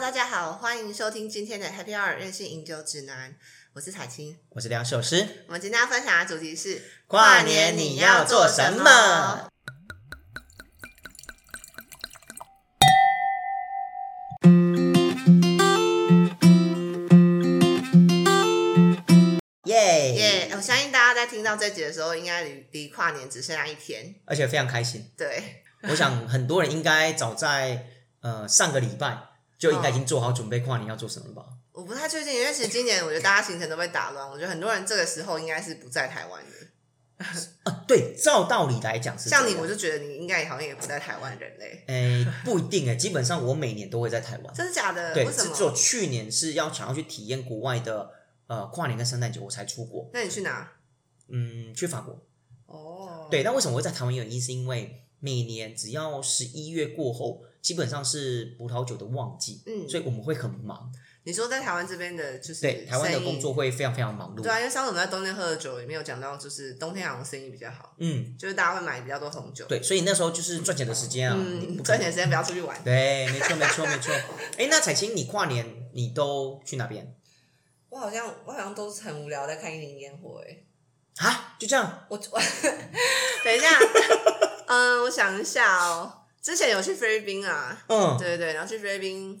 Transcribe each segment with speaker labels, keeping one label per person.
Speaker 1: 大家好，欢迎收听今天的 Happy Hour 任性饮酒指南，我是彩青。
Speaker 2: 我是两首诗。
Speaker 1: 我们今天要分享的主题是
Speaker 2: 跨年你要做什么？耶
Speaker 1: 耶我相信大家在听到这集的时候，应该离离跨年只剩下一天。
Speaker 2: 而且非常开心。
Speaker 1: 对，
Speaker 2: 我想很多人应该早在呃上个礼拜就应该已经做好准备跨年要做什么了吧？
Speaker 1: 我不太确定，因为其实今年我觉得大家行程都被打乱，我觉得很多人这个时候应该是不在台湾的。
Speaker 2: 啊，对，照道理来讲是这
Speaker 1: 像你，
Speaker 2: 样
Speaker 1: 我就觉得你应该好像也不在台湾人类，
Speaker 2: 诶不一定诶，基本上我每年都会在台湾。
Speaker 1: 真的假的？
Speaker 2: 对，
Speaker 1: 为什
Speaker 2: 只只有
Speaker 1: 么？
Speaker 2: 去年是要想要去体验国外的呃跨年跟圣诞节，我才出国。
Speaker 1: 那你去哪？
Speaker 2: 嗯，去法国。
Speaker 1: 哦，
Speaker 2: 对，，但为什么我会在台湾有因？是因为每年只要十一月过后，基本上是葡萄酒的旺季，
Speaker 1: 嗯
Speaker 2: 所以我们会很忙。
Speaker 1: 你说在台湾这边的，就是
Speaker 2: 对，台湾的
Speaker 1: 生意
Speaker 2: 工作会非常非常忙
Speaker 1: 对
Speaker 2: 碌。
Speaker 1: 啊，因为上次我们在冬天喝的酒里面有讲到，就是冬天好像生意比较好，
Speaker 2: 嗯，
Speaker 1: 就是大家会买比较多红酒。，
Speaker 2: 对，所以那时候就是赚钱的时间啊，你
Speaker 1: 嗯，
Speaker 2: 不可
Speaker 1: 赚
Speaker 2: 能
Speaker 1: 钱。时间不要出去玩。
Speaker 2: 对，没错，没错，没错。哎，那彩青，你跨年你都去哪边
Speaker 1: 我好像我好像都是很无聊在看一零烟火哎、
Speaker 2: 啊？就这样，
Speaker 1: 我我等一下，嗯，我想一下哦，之前有去菲律宾啊，
Speaker 2: 嗯，
Speaker 1: 对对对，然后去菲律宾，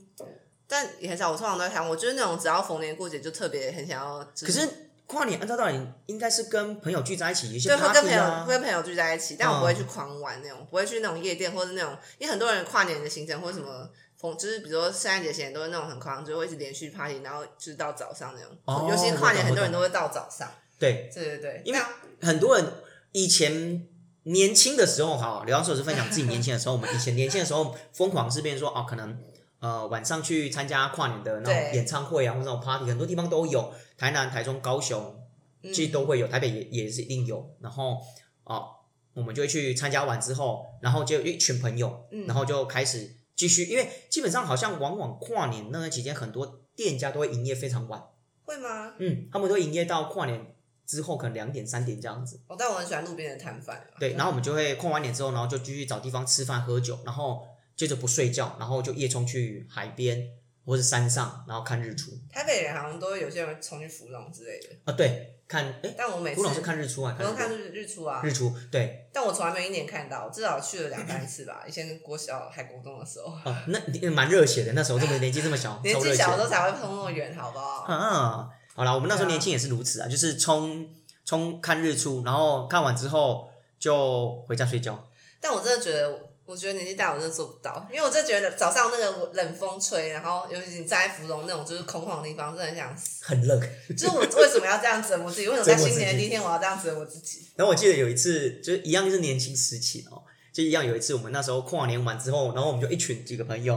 Speaker 1: 但也很少，我通常都在台湾，我就是那种只要逢年过节就特别很想要，就
Speaker 2: 可是跨年按照道理应该是跟朋友聚在一起，有一些
Speaker 1: 对，会跟朋
Speaker 2: party
Speaker 1: 友、
Speaker 2: 啊
Speaker 1: 会。跟朋友聚在一起，但我不会
Speaker 2: 嗯
Speaker 1: 去狂玩那种，不会去那种夜店或者那种，因为很多人跨年的行程或什么逢，就是比如说圣诞节前都是那种很狂，就会一直连续 party，然后就是到早上那种。
Speaker 2: 哦
Speaker 1: 尤其是跨年，
Speaker 2: 我
Speaker 1: 很
Speaker 2: 懂
Speaker 1: 多
Speaker 2: 我
Speaker 1: 人都会到早上。
Speaker 2: 对，
Speaker 1: 对对对，
Speaker 2: 因为
Speaker 1: 那
Speaker 2: 很多人以前年轻的时候，哈，刘教授是分享自己年轻的时候，我们以前年轻的时候疯狂是变成说哦，可能呃晚上去参加跨年的那种
Speaker 1: 对
Speaker 2: 演唱会啊，或者那种 party，很多地方都有，台南、台中、高雄
Speaker 1: 嗯
Speaker 2: 其实都会有，台北也也是一定有。然后哦，我们就会去参加完之后，然后就一群朋友，
Speaker 1: 嗯
Speaker 2: 然后就开始继续，因为基本上好像往往跨年那段期间，很多店家都会营业非常晚，
Speaker 1: 会吗？
Speaker 2: 嗯，他们都营业到跨年之后，可能两点、三点这样子。
Speaker 1: 哦，但我很喜欢路边的摊贩啊。
Speaker 2: 对，然后我们就会跨完年之后，然后就继续找地方吃饭喝酒，然后接着不睡觉，然后就夜冲去海边或是山上，然后看日出
Speaker 1: 台北人好像都会有些人冲去芙蓉之类的，
Speaker 2: 啊。对，看诶，
Speaker 1: 但我每次
Speaker 2: 古老是看日出啊，
Speaker 1: 我都看
Speaker 2: 日
Speaker 1: 日日出啊，
Speaker 2: 日出，对
Speaker 1: 但我从来没有一年看到，至少去了两三次吧。以前国小还国中的时候，
Speaker 2: 啊，那你蛮热血的，那时候这么年纪这么小，
Speaker 1: 哎 年
Speaker 2: 超
Speaker 1: 纪
Speaker 2: 热血
Speaker 1: 小的时候才会碰那么远，好不好？
Speaker 2: 啊。好啦，我们那时候年轻也是如此啊，就是冲冲看日出，然后看完之后就回家睡觉。
Speaker 1: 但我真的觉得，我觉得年纪大，我真的做不到，因为我真的觉得早上那个冷风吹，然后尤其是你站在芙蓉那种就是空旷的地方，真的很想死。
Speaker 2: 很热，
Speaker 1: 就是我为什么要这样折磨自己？为什么在新年的第一天我要这样折磨自己？
Speaker 2: 然后我记得有一次，就是一样是年轻时期哦，就一样有一次我们那时候跨年完之后，然后我们就一群几个朋友，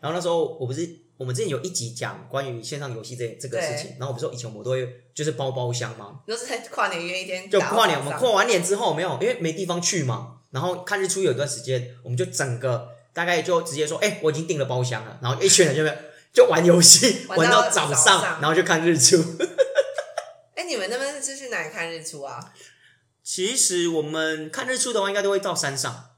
Speaker 2: 然后那时候我不是我们之前有一集讲关于线上游戏这这个事情，然后我不是说以前我们都会就是包包厢嘛，
Speaker 1: 就是在跨年约一天
Speaker 2: 就
Speaker 1: 打到
Speaker 2: 跨年我们
Speaker 1: 早上
Speaker 2: 跨完年之后没有，因为没地方去嘛，然后看日出有一段时间，我们就整个大概就直接说，哎、我已经订了包厢了，然后一群人就没有。就玩游戏，
Speaker 1: 玩
Speaker 2: 玩
Speaker 1: 到
Speaker 2: 到早
Speaker 1: 早
Speaker 2: 上，
Speaker 1: 上
Speaker 2: 然后就看日出。
Speaker 1: 哎、你们那边是去哪里看日出啊？
Speaker 2: 其实我们看日出的话，应该都会到山上。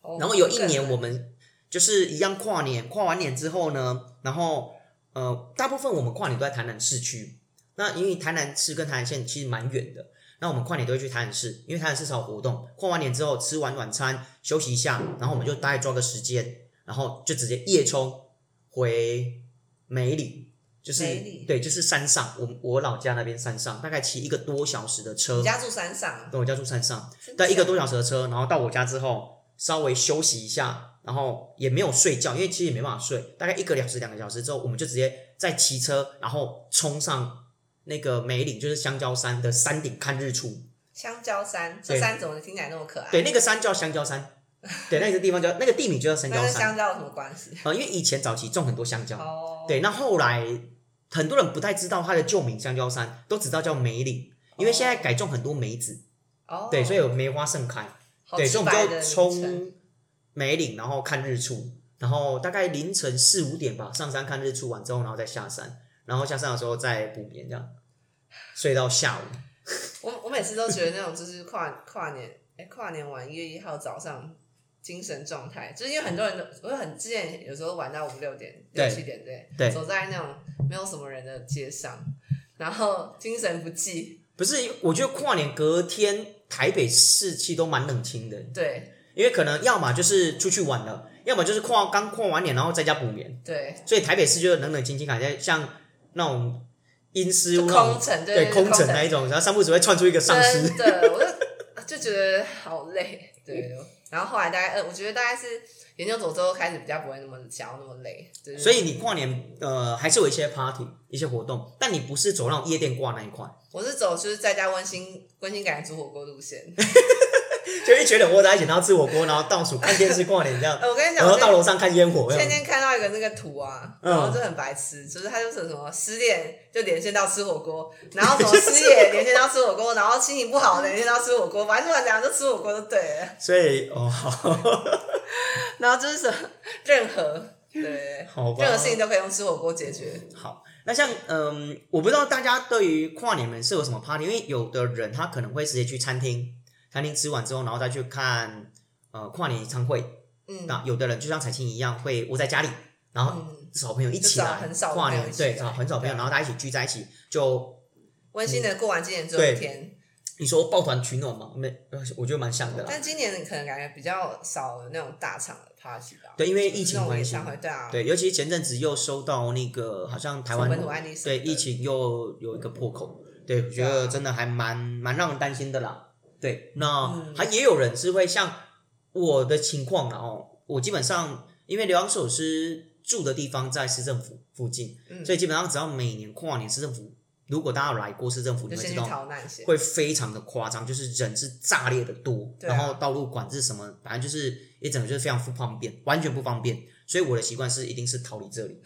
Speaker 1: 哦
Speaker 2: 然后有一年我们就是一样跨年，跨完年之后呢，然后呃，大部分我们跨年都在台南市区。那因为台南市跟台南县其实蛮远的，那我们跨年都会去台南市，因为台南市才有活动。跨完年之后吃完晚餐休息一下，然后我们就大概抓个时间，然后就直接夜冲回梅里，就是
Speaker 1: 梅里
Speaker 2: 对，就是山上，我我老家那边山上，大概骑一个多小时的车
Speaker 1: 你，家住山上，啊
Speaker 2: 跟我家住山上，
Speaker 1: 真的
Speaker 2: 但一个
Speaker 1: 假的
Speaker 2: 多小时的车，然后到我家之后稍微休息一下，然后也没有睡觉，因为其实也没办法睡，大概一个小时、两个小时之后，我们就直接再骑车，然后冲上那个梅岭，就是香蕉山的山顶看日出。
Speaker 1: 香蕉山，这
Speaker 2: 对
Speaker 1: 山怎么听起来那么可爱？
Speaker 2: 对，那个山叫香蕉山，对，那个地方叫那个地名就叫香
Speaker 1: 那
Speaker 2: 蕉
Speaker 1: 跟
Speaker 2: 山。
Speaker 1: 香蕉有什么关系？
Speaker 2: 呃，因为以前早期种很多香蕉，
Speaker 1: 哦，
Speaker 2: 对，那后来很多人不太知道它的旧名香蕉山，都只知道叫梅岭，因为现在改种很多梅子，
Speaker 1: 哦，
Speaker 2: 对，所以有梅花盛开。
Speaker 1: 好
Speaker 2: 对，所以我
Speaker 1: 直白
Speaker 2: 们
Speaker 1: 哦的
Speaker 2: 就
Speaker 1: 凌晨
Speaker 2: 冲梅岭，然后看日出，然后大概凌晨四五点吧，上山看日出完之后，然后再下山，然后下山的时候再补眠，这样睡到下午。
Speaker 1: 我我每次都觉得那种就是跨跨年，哎、跨年晚一月一号早上精神状态，就是因为很多人都，我很之前有时候玩到五六点、
Speaker 2: 对
Speaker 1: 六七点对，
Speaker 2: 对
Speaker 1: 走在那种没有什么人的街上，然后精神不济，
Speaker 2: 不是，我觉得跨年隔天台北市气都蛮冷清的，
Speaker 1: 对
Speaker 2: 因为可能要么就是出去玩了，要么就是跨刚跨完年然后在家补眠，
Speaker 1: 对，
Speaker 2: 所以台北市就冷冷清清，感觉像那种阴湿
Speaker 1: 就
Speaker 2: 屋那
Speaker 1: 空
Speaker 2: 种
Speaker 1: 城对
Speaker 2: 对空
Speaker 1: 城
Speaker 2: 城那一种，然后散步只会窜出一个丧尸。
Speaker 1: 真的，我就就觉得好累，对。然后后来大概，呃，我觉得大概是研究所之后开始比较不会那么想要那么累，就是、
Speaker 2: 所以你跨年呃还是有一些 party 一些活动，但你不是走那种夜店挂那一块，
Speaker 1: 我是走就是在家温馨温馨感煮火锅路 线。
Speaker 2: 就一群人窝在一起，然后吃火锅，然后倒数看电视跨年这样，
Speaker 1: 呃我跟你
Speaker 2: 然
Speaker 1: 讲，
Speaker 2: 后
Speaker 1: 我
Speaker 2: 到楼上看烟火。这
Speaker 1: 天
Speaker 2: 样
Speaker 1: 天看到一个那个图啊，
Speaker 2: 啊嗯
Speaker 1: 然后就很白痴，就是他就是什么失恋就连线到吃火 锅，然后什么失业连线到吃火锅，然后心情不好连线到吃火锅，反正我讲就吃火锅就对了。
Speaker 2: 所以哦，好，
Speaker 1: 然后就是什么任何对
Speaker 2: 好吧
Speaker 1: 任何事情都可以用吃火锅解决。
Speaker 2: 好，那像嗯，我不知道大家对于跨年们是有什么 party，因为有的人他可能会直接去餐厅，餐厅吃完之后，然后再去看呃跨年演唱会。
Speaker 1: 嗯
Speaker 2: 那有的人就像彩青一样，会窝在家里，然后
Speaker 1: 嗯，
Speaker 2: 找朋友一起
Speaker 1: 就找
Speaker 2: 来
Speaker 1: 很少
Speaker 2: 跨
Speaker 1: 朋友
Speaker 2: 年，
Speaker 1: 一起
Speaker 2: 对，
Speaker 1: 来
Speaker 2: 找很少朋友，
Speaker 1: 对
Speaker 2: 然后大家一起聚在一起，就
Speaker 1: 温馨的过完今年最后一天，
Speaker 2: 你说抱团取暖嘛，没，呃我觉得蛮像的啦。
Speaker 1: 但今年可能感觉比较少有那种大场的 party 吧。
Speaker 2: 对，因为疫
Speaker 1: 就是
Speaker 2: 情
Speaker 1: 那种
Speaker 2: 关
Speaker 1: 演
Speaker 2: 系，
Speaker 1: 唱会，对啊，
Speaker 2: 对，尤其前阵子又收到那个好像台湾
Speaker 1: 从本土案例
Speaker 2: 对
Speaker 1: 什么的
Speaker 2: 疫情又有一个破口，对我觉
Speaker 1: 啊
Speaker 2: 得真的还蛮蛮让人担心的啦。对，那
Speaker 1: 嗯
Speaker 2: 还也有人是会像我的情况啦哦，我基本上因为疗养所师住的地方在市政府附近，
Speaker 1: 嗯
Speaker 2: 所以基本上只要每年跨年市政府，如果大家有来过市政府，
Speaker 1: 就
Speaker 2: 你会
Speaker 1: 先
Speaker 2: 知
Speaker 1: 去
Speaker 2: 道
Speaker 1: 逃难先。
Speaker 2: 会非常的夸张，就是人是炸裂的多，
Speaker 1: 对啊
Speaker 2: 然后道路管制什么，反正就是一整个就是非常不方便，完全不方便。所以我的习惯是一定是逃离这 里，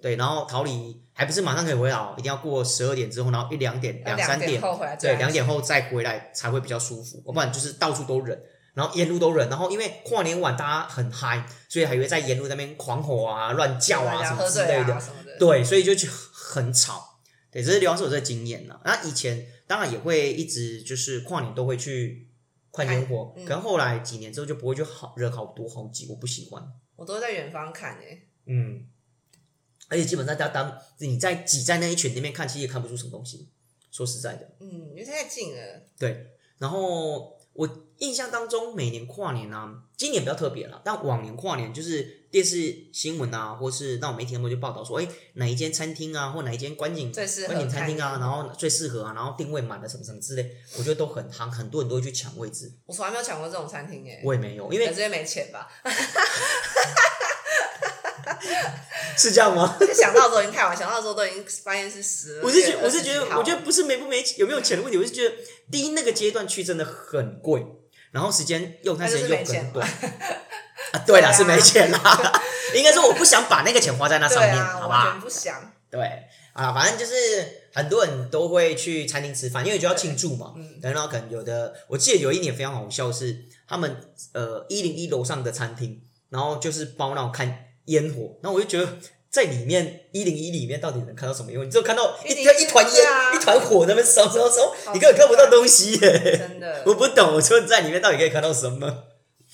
Speaker 2: 对，然后逃离还不是马上可以回来哦，一定要过十二点之后，然后一两点、
Speaker 1: 要
Speaker 2: 两三
Speaker 1: 呃点后回来最啊
Speaker 2: 对，
Speaker 1: 安全，
Speaker 2: 两点后再回来才会比较舒服，要不然就是到处都人，然后沿路都人，然后因为跨年晚大家很嗨，所以还会在沿路那边狂吼啊、乱叫啊
Speaker 1: 对
Speaker 2: 什么
Speaker 1: 喝
Speaker 2: 之
Speaker 1: 醉
Speaker 2: 类的
Speaker 1: 啊，什么的，
Speaker 2: 对，所以就觉得很吵。对，这是疗养所这经验啦。那以前当然也会一直就是跨年都会去看烟火，
Speaker 1: 看嗯
Speaker 2: 可能后来几年之后就不会，就好人好多好挤，我不喜欢。
Speaker 1: 我都在远方看欸诶。
Speaker 2: 嗯，而且基本上大家当你在挤在那一群里面看，其实也看不出什么东西。说实在的，
Speaker 1: 嗯，因为太近了，
Speaker 2: 然后我印象当中，每年跨年啊，今年比较特别了，但往年跨年就是电视新闻啊，或是那种媒体他们就报道说，哎，哪一间餐厅啊，或哪一间观景
Speaker 1: 最适合
Speaker 2: 观景餐
Speaker 1: 看
Speaker 2: 厅啊，然后最适合啊，然后定位满了什么什么之类，我觉得都很夯，很多人都会去抢位置。
Speaker 1: 我从来没有抢过这种餐厅诶，欸
Speaker 2: 我也没有，因
Speaker 1: 可
Speaker 2: 为
Speaker 1: 是因为没钱吧？
Speaker 2: 是这样吗？
Speaker 1: 想到的时候已经太晚，想到的时候都已经发现是十。
Speaker 2: 我是觉我是觉得，我觉
Speaker 1: 得
Speaker 2: 得不是没不没有没有钱的问题，我是觉得第一那个阶段去真的很贵，然后时间用餐时间又
Speaker 1: 那就是没
Speaker 2: 很
Speaker 1: 钱
Speaker 2: 短。啊，对
Speaker 1: 对
Speaker 2: 啦，
Speaker 1: 啊
Speaker 2: 是没钱啦。 应该说我不想把那个钱花在那上
Speaker 1: 对
Speaker 2: 面，
Speaker 1: 啊，
Speaker 2: 好
Speaker 1: 我
Speaker 2: 吧？
Speaker 1: 完全不 想。
Speaker 2: 对啊，反正就是很多人都会去餐厅吃饭，因为就要庆祝嘛。
Speaker 1: 嗯
Speaker 2: 然后可能有的，我记得有一年非常好笑是，他们呃一零一楼上的餐厅，然后就是包那种看烟火，然后我就觉得。在里面一零一里面到底能看到什么烟火？你只有看到一
Speaker 1: 101
Speaker 2: 一团烟、
Speaker 1: 对啊
Speaker 2: 一团火在那边烧烧烧，
Speaker 1: 好
Speaker 2: 你根本
Speaker 1: 奇
Speaker 2: 看不到
Speaker 1: 怪
Speaker 2: 东西耶！。
Speaker 1: 真的
Speaker 2: 我不懂，我说在里面到底可以看到什么？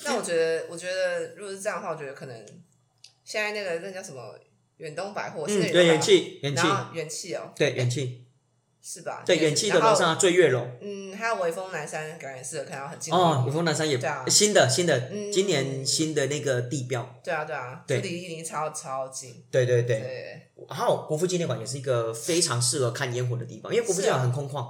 Speaker 1: 那我觉得，我觉得如果是这样的话，我觉得可能现在那个那叫什么远东百货，是
Speaker 2: 嗯，
Speaker 1: 那
Speaker 2: 对，
Speaker 1: 个
Speaker 2: 元
Speaker 1: 吧，
Speaker 2: 气，元气
Speaker 1: 啊然，后元气哦，
Speaker 2: 对，元气，
Speaker 1: 是吧？
Speaker 2: 对，
Speaker 1: 也是
Speaker 2: 元气的楼。
Speaker 1: 然后
Speaker 2: 上啊醉月楼，
Speaker 1: 嗯，还有微风南山，感觉也适合看到很近的地
Speaker 2: 哦，
Speaker 1: 方
Speaker 2: 永丰南山也
Speaker 1: 对啊
Speaker 2: 新的新的，
Speaker 1: 嗯
Speaker 2: 今年新的那个地标，
Speaker 1: 对啊，对啊，
Speaker 2: 对
Speaker 1: 就离一零超超近。
Speaker 2: 对对对。
Speaker 1: 对，
Speaker 2: 然后国父纪念馆也是一个非常适合看烟火的地方，因为国父
Speaker 1: 是
Speaker 2: 纪念
Speaker 1: 啊
Speaker 2: 馆很空旷，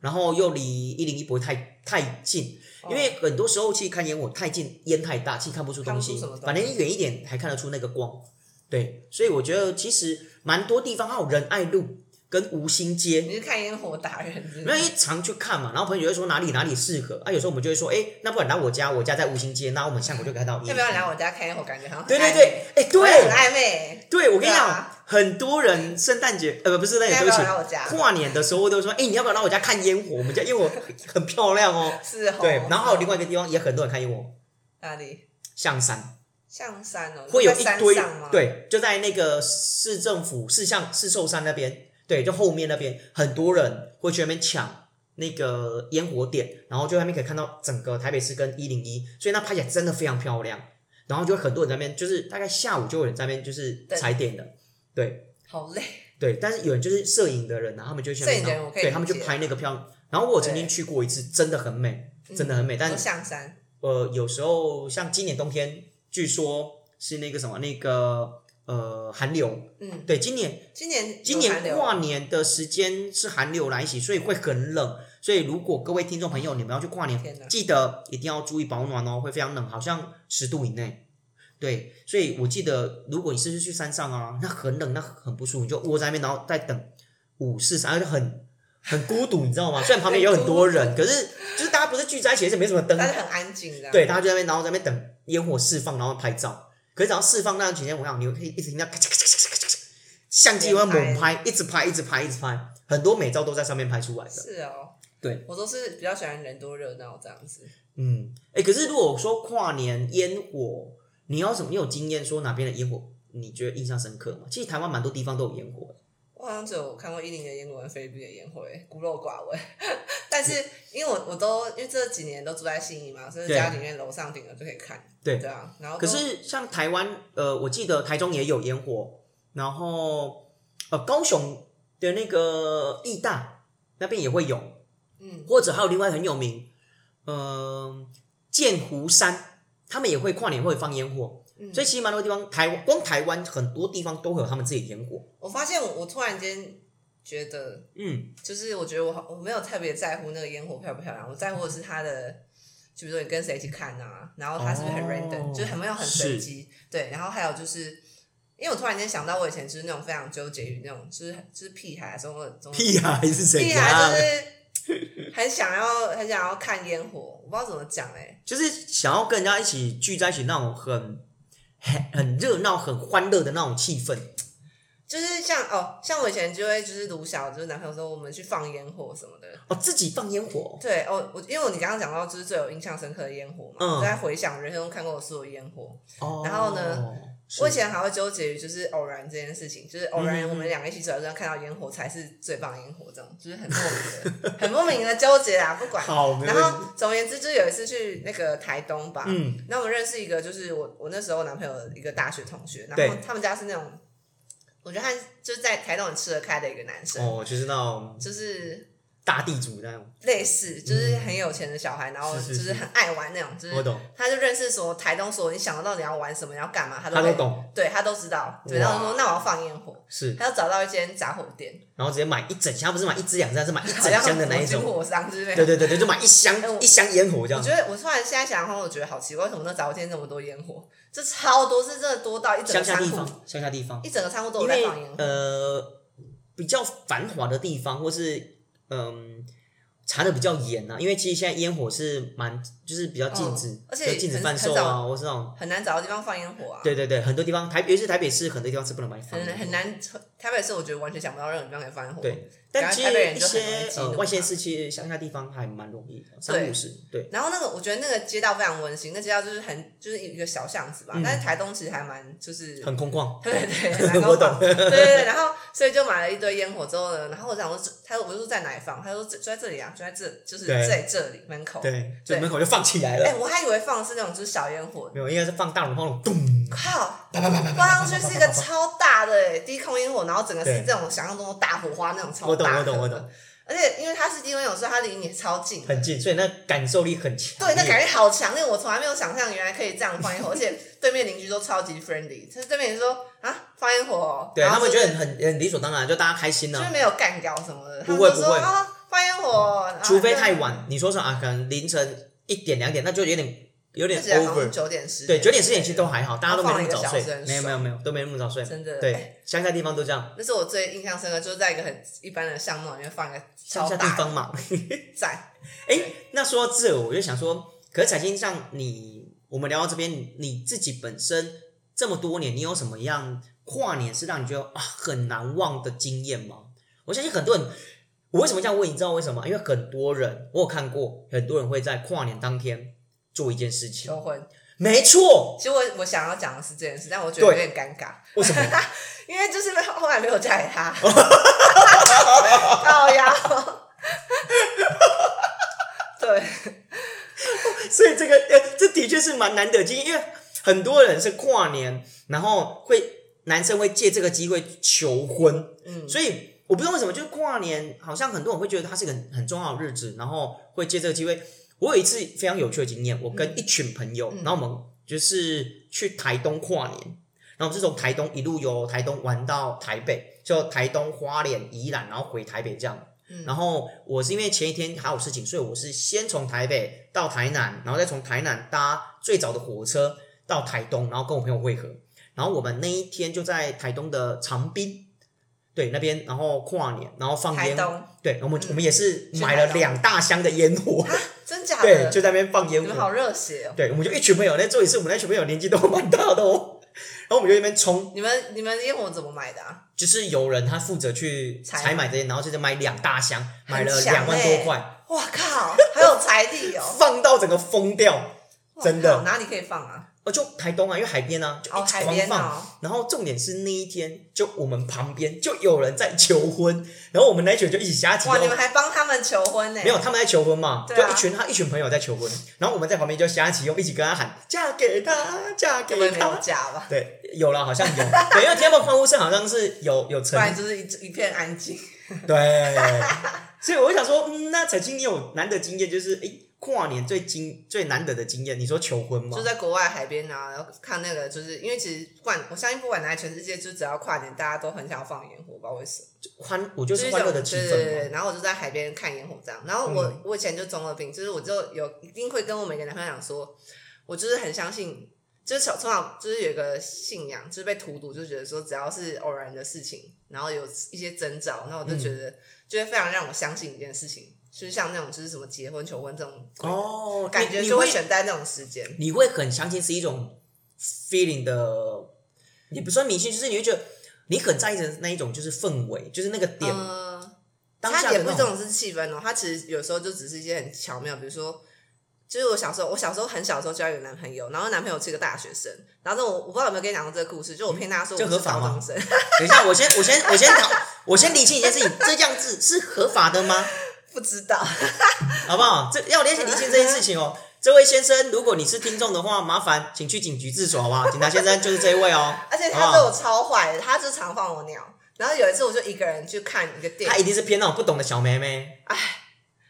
Speaker 2: 然后又离一零一不会太太近，
Speaker 1: 哦
Speaker 2: 因为很多时候去看烟火太近，烟太大，其实看不出东西
Speaker 1: 看不出什么，东西
Speaker 2: 反正远一点还看得出那个光。对，所以我觉得其实蛮多地方，还有仁爱路跟吴兴街，
Speaker 1: 你是看烟火打人是不
Speaker 2: 没有，
Speaker 1: 是？
Speaker 2: 因为常去看嘛，然后朋友就会说哪里哪里适合啊，有时候我们就会说，哎、那不然来我家，我家在吴兴街，那我们巷口就可以看到。
Speaker 1: 要不要来？我家看烟火？感觉好像很
Speaker 2: 嗯对对
Speaker 1: 暧
Speaker 2: 对
Speaker 1: 昧，
Speaker 2: 哎、
Speaker 1: 好像很
Speaker 2: 对
Speaker 1: 暧昧。
Speaker 2: 对，我跟你
Speaker 1: 啊对
Speaker 2: 讲，
Speaker 1: 啊
Speaker 2: 很多人圣诞节呃不是圣诞节，
Speaker 1: 要
Speaker 2: 对
Speaker 1: 不要
Speaker 2: 不起
Speaker 1: 来，我家？
Speaker 2: 跨年的时候都会说，哎、你要不要来我家看烟火？我们 家烟火很漂亮哦。
Speaker 1: 是哦。
Speaker 2: 对，然后还有另外一个地方也很多人看烟火，
Speaker 1: 哪里？
Speaker 2: 象山
Speaker 1: 象山哦，
Speaker 2: 会有
Speaker 1: 在
Speaker 2: 一
Speaker 1: 山
Speaker 2: 堆
Speaker 1: 上吗？，
Speaker 2: 对，就在那个市政府市象市寿山那边，对，就后面那边很多人会去那边抢那个烟火点，然后就外面可以看到整个台北市跟一零一，所以那拍起来真的非常漂亮。然后就很多人在那边，就是大概下午就有人在那边就是
Speaker 1: 对
Speaker 2: 踩点的，对，
Speaker 1: 好累，
Speaker 2: 对，但是有人就是摄影的人啊，他们就去那边
Speaker 1: 摄影的人我可以
Speaker 2: 对他们
Speaker 1: 理
Speaker 2: 就
Speaker 1: 解
Speaker 2: 拍那个漂亮。然后我有曾经
Speaker 1: 对嗯
Speaker 2: 去过一次，真的很美，真的很美。但
Speaker 1: 都上山，
Speaker 2: 呃，有时候像今年冬天，据说是那个什么那个呃寒流，
Speaker 1: 嗯，
Speaker 2: 对，今年
Speaker 1: 今年
Speaker 2: 今
Speaker 1: 有寒
Speaker 2: 年
Speaker 1: 流
Speaker 2: 跨年的时间是寒流来袭，所以会很冷。所以如果各位听众朋友你们要去跨年，
Speaker 1: 天哪，
Speaker 2: 记得一定要注意保暖哦，会非常冷，好像十度以内。对，所以我记得，如果你是去山上啊，那很冷，那很不舒服，你就窝在那边，然后再等五四三，而且很很孤独，你知道吗？虽然旁边有很多人，可是就是大家不是聚在一起，而且没什么灯
Speaker 1: 但，是很安静的，，
Speaker 2: 对，大家就在那边，然后在那边等烟火释放，然后拍照。可是只要释放那段期间，我想你会一直听到咔嚓咔嚓咔嚓咔嚓咔嚓，相机会猛拍，一直拍，一直拍，一直拍，很多美照都在上面拍出来的。
Speaker 1: 是哦，
Speaker 2: 对，
Speaker 1: 我都是比较喜欢人多热闹这样子，
Speaker 2: 嗯，哎、可是如果说跨年烟火，你要什么？你有经验说哪边的烟火你觉得印象深刻吗？其实台湾蛮多地方都有烟火的，
Speaker 1: 我好像只有看过一零的烟火跟菲律宾的烟火，欸孤陋寡闻。 但是因为我我都因为这几年都住在信义嘛，所以
Speaker 2: 对
Speaker 1: 家里面楼上顶楼就可以看。
Speaker 2: 对
Speaker 1: 对啊，然后
Speaker 2: 可
Speaker 1: 都
Speaker 2: 是像台湾，呃，我记得台中也有烟火，然后呃，高雄的那个义大那边也会有，
Speaker 1: 嗯，
Speaker 2: 或者还有另外很有名，呃，剑湖山，他们也会跨年会放烟火，
Speaker 1: 嗯
Speaker 2: 所以其实蛮多地方，台湾光台湾很多地方都会有他们自己的烟火。
Speaker 1: 我发现我我突然间觉得，
Speaker 2: 嗯，
Speaker 1: 就是我觉得我好我没有特别在乎那个烟火漂不漂亮，我在乎的是它的。就比如说你跟谁一起看啊，然后它是不是很
Speaker 2: 哦
Speaker 1: random，、就是很没有很随机，对。然后还有就是，因为我突然间想到我以前就是那种非常纠结于那种，就是就是屁孩中的中
Speaker 2: 屁孩是啊怎
Speaker 1: 哦屁啊
Speaker 2: 样？
Speaker 1: 孩就是 很想要很想要看烟火，我不知道怎么讲哎、
Speaker 2: 就是想要跟人家一起聚在一起那种很很很热闹、很欢乐的那种气氛。
Speaker 1: 就是像哦，像我以前就会就是鲁小就是男朋友说我们去放烟火什么的，
Speaker 2: 哦，自己放烟火，
Speaker 1: 对哦，我因为你刚刚讲到就是最有印象深刻的烟火嘛，
Speaker 2: 嗯
Speaker 1: 我在回想人生中看过的所有烟火，
Speaker 2: 哦，
Speaker 1: 然后呢
Speaker 2: 是？
Speaker 1: 我以前还会纠结于就是偶然这件事情，就是偶
Speaker 2: 嗯
Speaker 1: 然我们两个一起走在路上看到烟火才是最棒的烟火，这种就是很莫名 的很莫名的纠结啊，不管。
Speaker 2: 好，没
Speaker 1: 然
Speaker 2: 问题。
Speaker 1: 后总而言之，就是有一次去那个台东吧，
Speaker 2: 嗯，
Speaker 1: 那我认识一个，就是我我那时候男朋友的一个大学同学，然
Speaker 2: 对
Speaker 1: 后他们家是那种，我觉得他就是在台东很吃得开的一个男生，
Speaker 2: 哦，就是那种
Speaker 1: 就是
Speaker 2: 大地主那种，
Speaker 1: 类似就是很有钱的小孩，然后
Speaker 2: 嗯是
Speaker 1: 就是
Speaker 2: 是
Speaker 1: 是很爱玩那种，就
Speaker 2: 我
Speaker 1: 是
Speaker 2: 懂，
Speaker 1: 他就认识什么台东所有，你想得到你要玩什么，你要干嘛，他都
Speaker 2: 他都
Speaker 1: 会，
Speaker 2: 懂，
Speaker 1: 对他都知道，对，
Speaker 2: 哇
Speaker 1: 然后我说那我要放烟火，
Speaker 2: 是，
Speaker 1: 他就找到一间杂货店，
Speaker 2: 然后直接买一整箱，不是买一只两只，是买一
Speaker 1: 好
Speaker 2: 整
Speaker 1: 像
Speaker 2: 箱的那一
Speaker 1: 火
Speaker 2: 种。
Speaker 1: 火商之类
Speaker 2: 对
Speaker 1: 的。
Speaker 2: 对对对，就买一
Speaker 1: 哎
Speaker 2: 箱
Speaker 1: 我
Speaker 2: 一箱烟火这
Speaker 1: 我
Speaker 2: 样
Speaker 1: 觉。得我突然现在想，然后我觉得好奇怪，为什么那杂货店那么多烟火？这超多，是真的多到一整个
Speaker 2: 乡下
Speaker 1: 仓
Speaker 2: 地
Speaker 1: 库，
Speaker 2: 方，乡下地方，
Speaker 1: 一整个仓库都
Speaker 2: 因
Speaker 1: 有在
Speaker 2: 为
Speaker 1: 放烟火。
Speaker 2: 呃比较繁华的地方，或是嗯查的比较严啊，因为其实现在烟火是蛮就是比较禁止，
Speaker 1: 嗯而且
Speaker 2: 就禁止
Speaker 1: 很
Speaker 2: 贩售
Speaker 1: 很
Speaker 2: 啊，
Speaker 1: 少
Speaker 2: 或是那种
Speaker 1: 很难找到地方放烟火啊，
Speaker 2: 对对对，很多地方台，尤其是台北市，很多地方是不能买放
Speaker 1: 很
Speaker 2: 烟火
Speaker 1: 很难。台北市我觉得完全想不到任何地方可以放烟火。
Speaker 2: 对，但其
Speaker 1: 台北
Speaker 2: 实
Speaker 1: 人
Speaker 2: 一
Speaker 1: 就很容易
Speaker 2: 些
Speaker 1: 激
Speaker 2: 呃
Speaker 1: 怒
Speaker 2: 外县
Speaker 1: 嘛
Speaker 2: 市，其实乡下地方还蛮容易的，三
Speaker 1: 对
Speaker 2: 五十，对，
Speaker 1: 然后那个我觉得那个街道非常温馨，那街道就是很就是一个小巷子吧，
Speaker 2: 嗯
Speaker 1: 但是台东其实还蛮就是。
Speaker 2: 很空旷。
Speaker 1: 对对， 很难
Speaker 2: 我懂
Speaker 1: 放，对对对，然后所以就买了一堆烟火之后呢，然后我想说，这他我就说在哪里放，他说就就在这里啊，就在这，就是
Speaker 2: 对
Speaker 1: 在这里门口。
Speaker 2: 对，就
Speaker 1: 对
Speaker 2: 门口就放起来
Speaker 1: 哎、
Speaker 2: 了，
Speaker 1: 我还以为放的是那种就是小烟火，
Speaker 2: 没有，应该是放大龙放那种咚，
Speaker 1: 靠，
Speaker 2: 嗯啪啪啪啪啪
Speaker 1: 放上
Speaker 2: 啪
Speaker 1: 去
Speaker 2: 啪啪
Speaker 1: 是一
Speaker 2: 啪
Speaker 1: 个
Speaker 2: 啪啪
Speaker 1: 超大的、欸、低空烟火，然后整个
Speaker 2: 对
Speaker 1: 是这种想象中的大火花那种超
Speaker 2: 我懂
Speaker 1: 大
Speaker 2: 我懂
Speaker 1: 颗
Speaker 2: 我
Speaker 1: 的
Speaker 2: 懂，
Speaker 1: 而且因为它是低温有时候它离你超近的，
Speaker 2: 很近，所以那感受力很强
Speaker 1: 对，
Speaker 2: 烈。
Speaker 1: 那感觉好强烈，我从来没有想象原来可以这样放烟火，而且对面邻居都超级 friendly，就是对面人说啊放烟火哦、
Speaker 2: 对
Speaker 1: 然
Speaker 2: 他
Speaker 1: 后
Speaker 2: 们
Speaker 1: 就
Speaker 2: 觉
Speaker 1: 是
Speaker 2: 得很很很理所当然，就大家开心
Speaker 1: 就是啊
Speaker 2: 了。
Speaker 1: 没有干掉什么的，他
Speaker 2: 不
Speaker 1: 们
Speaker 2: 会
Speaker 1: 就说
Speaker 2: 不会
Speaker 1: 啊放烟火哦，然后
Speaker 2: 除非
Speaker 1: 就
Speaker 2: 太晚，你说说啊，可能凌晨一点两点，那就有点有点
Speaker 1: 就起来好像
Speaker 2: over。
Speaker 1: 九点十
Speaker 2: 对，九点十点其实都还好，大家都没那么早
Speaker 1: 放了一个小时
Speaker 2: 睡，
Speaker 1: 很
Speaker 2: 没有没有
Speaker 1: 爽
Speaker 2: 没有，都没那么早睡。
Speaker 1: 真的哎
Speaker 2: 对，乡下地方都这样，
Speaker 1: 那是我最印象深刻，就是在一个很一般的巷弄里面放一个
Speaker 2: 乡
Speaker 1: 超
Speaker 2: 下地
Speaker 1: 大
Speaker 2: 方嘛。
Speaker 1: 在，
Speaker 2: 那说到这，我就想说，可是彩青，像你，我们聊到这边，你你自己本身这么多年，你有什么样跨年是让你觉得啊很难忘的经验吗？我相信很多人，我为什么这样问？你知道为什么吗？因为很多人，我有看过，很多人会在跨年当天做一件事情。
Speaker 1: 求婚。
Speaker 2: 没错，
Speaker 1: 其实我我想要讲的是这件事，但我觉得有点尴 尬，
Speaker 2: 为什么？
Speaker 1: 因为就是 后来没有嫁给他，靠腰。
Speaker 2: 呃的确是蛮难得的经验，因为很多人是跨年，然后会男生会借这个机会求婚，
Speaker 1: 嗯，
Speaker 2: 所以我不知道为什么，就是跨年好像很多人会觉得它是一个很很重要的日子，然后会借这个机会。我有一次非常有趣的经验，我跟一群朋友，
Speaker 1: 嗯
Speaker 2: 然后我们就是去台东跨年，然后我们是从台东一路由台东玩到台北，就台东、花莲、宜兰，然后回台北这样。
Speaker 1: 嗯
Speaker 2: 然后我是因为前一天还有事情，所以我是先从台北到台南，然后再从台南搭最早的火车到台东，然后跟我朋友会合。然后我们那一天就在台东的长滨，对那边，然后跨年，然后放
Speaker 1: 台
Speaker 2: 烟，
Speaker 1: 东，
Speaker 2: 对，我们、
Speaker 1: 嗯
Speaker 2: 我们也是
Speaker 1: 去
Speaker 2: 买
Speaker 1: 台
Speaker 2: 了
Speaker 1: 东
Speaker 2: 两大箱的烟火，
Speaker 1: 真假
Speaker 2: 对，
Speaker 1: 的？
Speaker 2: 就在那边放烟
Speaker 1: 你
Speaker 2: 火
Speaker 1: 们，好热血哦！
Speaker 2: 对，我们就一群朋友，那重点是我们那群朋友年纪都蛮大的哦， 然后我们就在那边冲，
Speaker 1: 你们你们烟火怎么买的啊？
Speaker 2: 就是有人他负责去
Speaker 1: 采
Speaker 2: 采买这些，然后就在买两大箱，买了
Speaker 1: 很强
Speaker 2: 两万多
Speaker 1: 欸
Speaker 2: 块，
Speaker 1: 哇靠，还有财力哦！
Speaker 2: 放到整个疯掉，
Speaker 1: 哇
Speaker 2: 真的
Speaker 1: 靠哪里可以放啊？
Speaker 2: 哦，就台东啊，因为海边啊，就
Speaker 1: 哦，
Speaker 2: 一直
Speaker 1: 海
Speaker 2: 狂
Speaker 1: 边
Speaker 2: 放。
Speaker 1: 哦，
Speaker 2: 然后重点是那一天，就我们旁边就有人在求婚，然后我们那一群就一起瞎起
Speaker 1: 哇，你们
Speaker 2: 哄。
Speaker 1: 还帮他们求婚呢？
Speaker 2: 没有，他们在求婚嘛，
Speaker 1: 对啊
Speaker 2: 就一群他一群朋友在求婚，然后我们在旁边就瞎起哄，一起跟他喊嫁给他，嫁
Speaker 1: 根本
Speaker 2: 给
Speaker 1: 没有
Speaker 2: 他。
Speaker 1: 假吧？
Speaker 2: 对，有了，好像有， 对，因为听到欢呼声好像是有有
Speaker 1: 不
Speaker 2: 成
Speaker 1: 然就是一一片安静。
Speaker 2: 对，所以我想说，嗯，那彩青，你有难得经验，就是诶，跨年最经最难得的经验，你说求婚吗
Speaker 1: 就？在国外海边啊，然后看那个，就是因为其实不管我相信不管哪里，全世界就只要跨年，大家都很想放烟火，不知道为什么，
Speaker 2: 欢，我就是
Speaker 1: 一
Speaker 2: 欢
Speaker 1: 种
Speaker 2: 乐的
Speaker 1: 对
Speaker 2: 气
Speaker 1: 对对
Speaker 2: 氛嘛。嗯
Speaker 1: 对。然后我就在海边看烟火这样。然后我、我以前就中二病，就是我就有一定会跟我每个男朋友讲说，我就是很相信，就是从从小就是有一个信仰，就是被荼毒，就觉得说只要是偶然的事情，然后有一些征兆，那我就觉
Speaker 2: 嗯
Speaker 1: 得、就会非常让我相信一件事情，就是像那种就是什么结婚求婚这种
Speaker 2: 哦，
Speaker 1: 感觉，
Speaker 2: 你你
Speaker 1: 就会
Speaker 2: 会
Speaker 1: 选在那种时间。
Speaker 2: 你会很相信是一种 feeling 的，也不算迷信，就是你会觉得你很在意的那一种就是氛围，就是那个点、
Speaker 1: 嗯
Speaker 2: 当下
Speaker 1: 它
Speaker 2: 的
Speaker 1: 也不
Speaker 2: 那
Speaker 1: 是这种是气氛哦，它其实有时候就只是一些很巧妙，比如说，就是我小时候，我小时候很小的时候交一个男朋友，然后男朋友是一个大学生，然后我我不知道有没有跟你讲过这个故事，就我骗他说
Speaker 2: 这
Speaker 1: 我是
Speaker 2: 合法
Speaker 1: 高
Speaker 2: 吗
Speaker 1: 中生，
Speaker 2: 等一下，我先我先我先讨，我先理清一件事情，这样子是合法的吗？
Speaker 1: 不知道，
Speaker 2: 好不好？这要理清理清这件事情哦。这位先生，如果你是听众的话，麻烦请去警局自首，好不好？警察先生就是这一位哦。
Speaker 1: 而且
Speaker 2: 好
Speaker 1: 他
Speaker 2: 不
Speaker 1: 对
Speaker 2: 好
Speaker 1: 我超坏的，他就常放我鸟。然后有一次我就一个人去看一个电
Speaker 2: 他
Speaker 1: 影，
Speaker 2: 一定是偏那种不懂的小妹妹。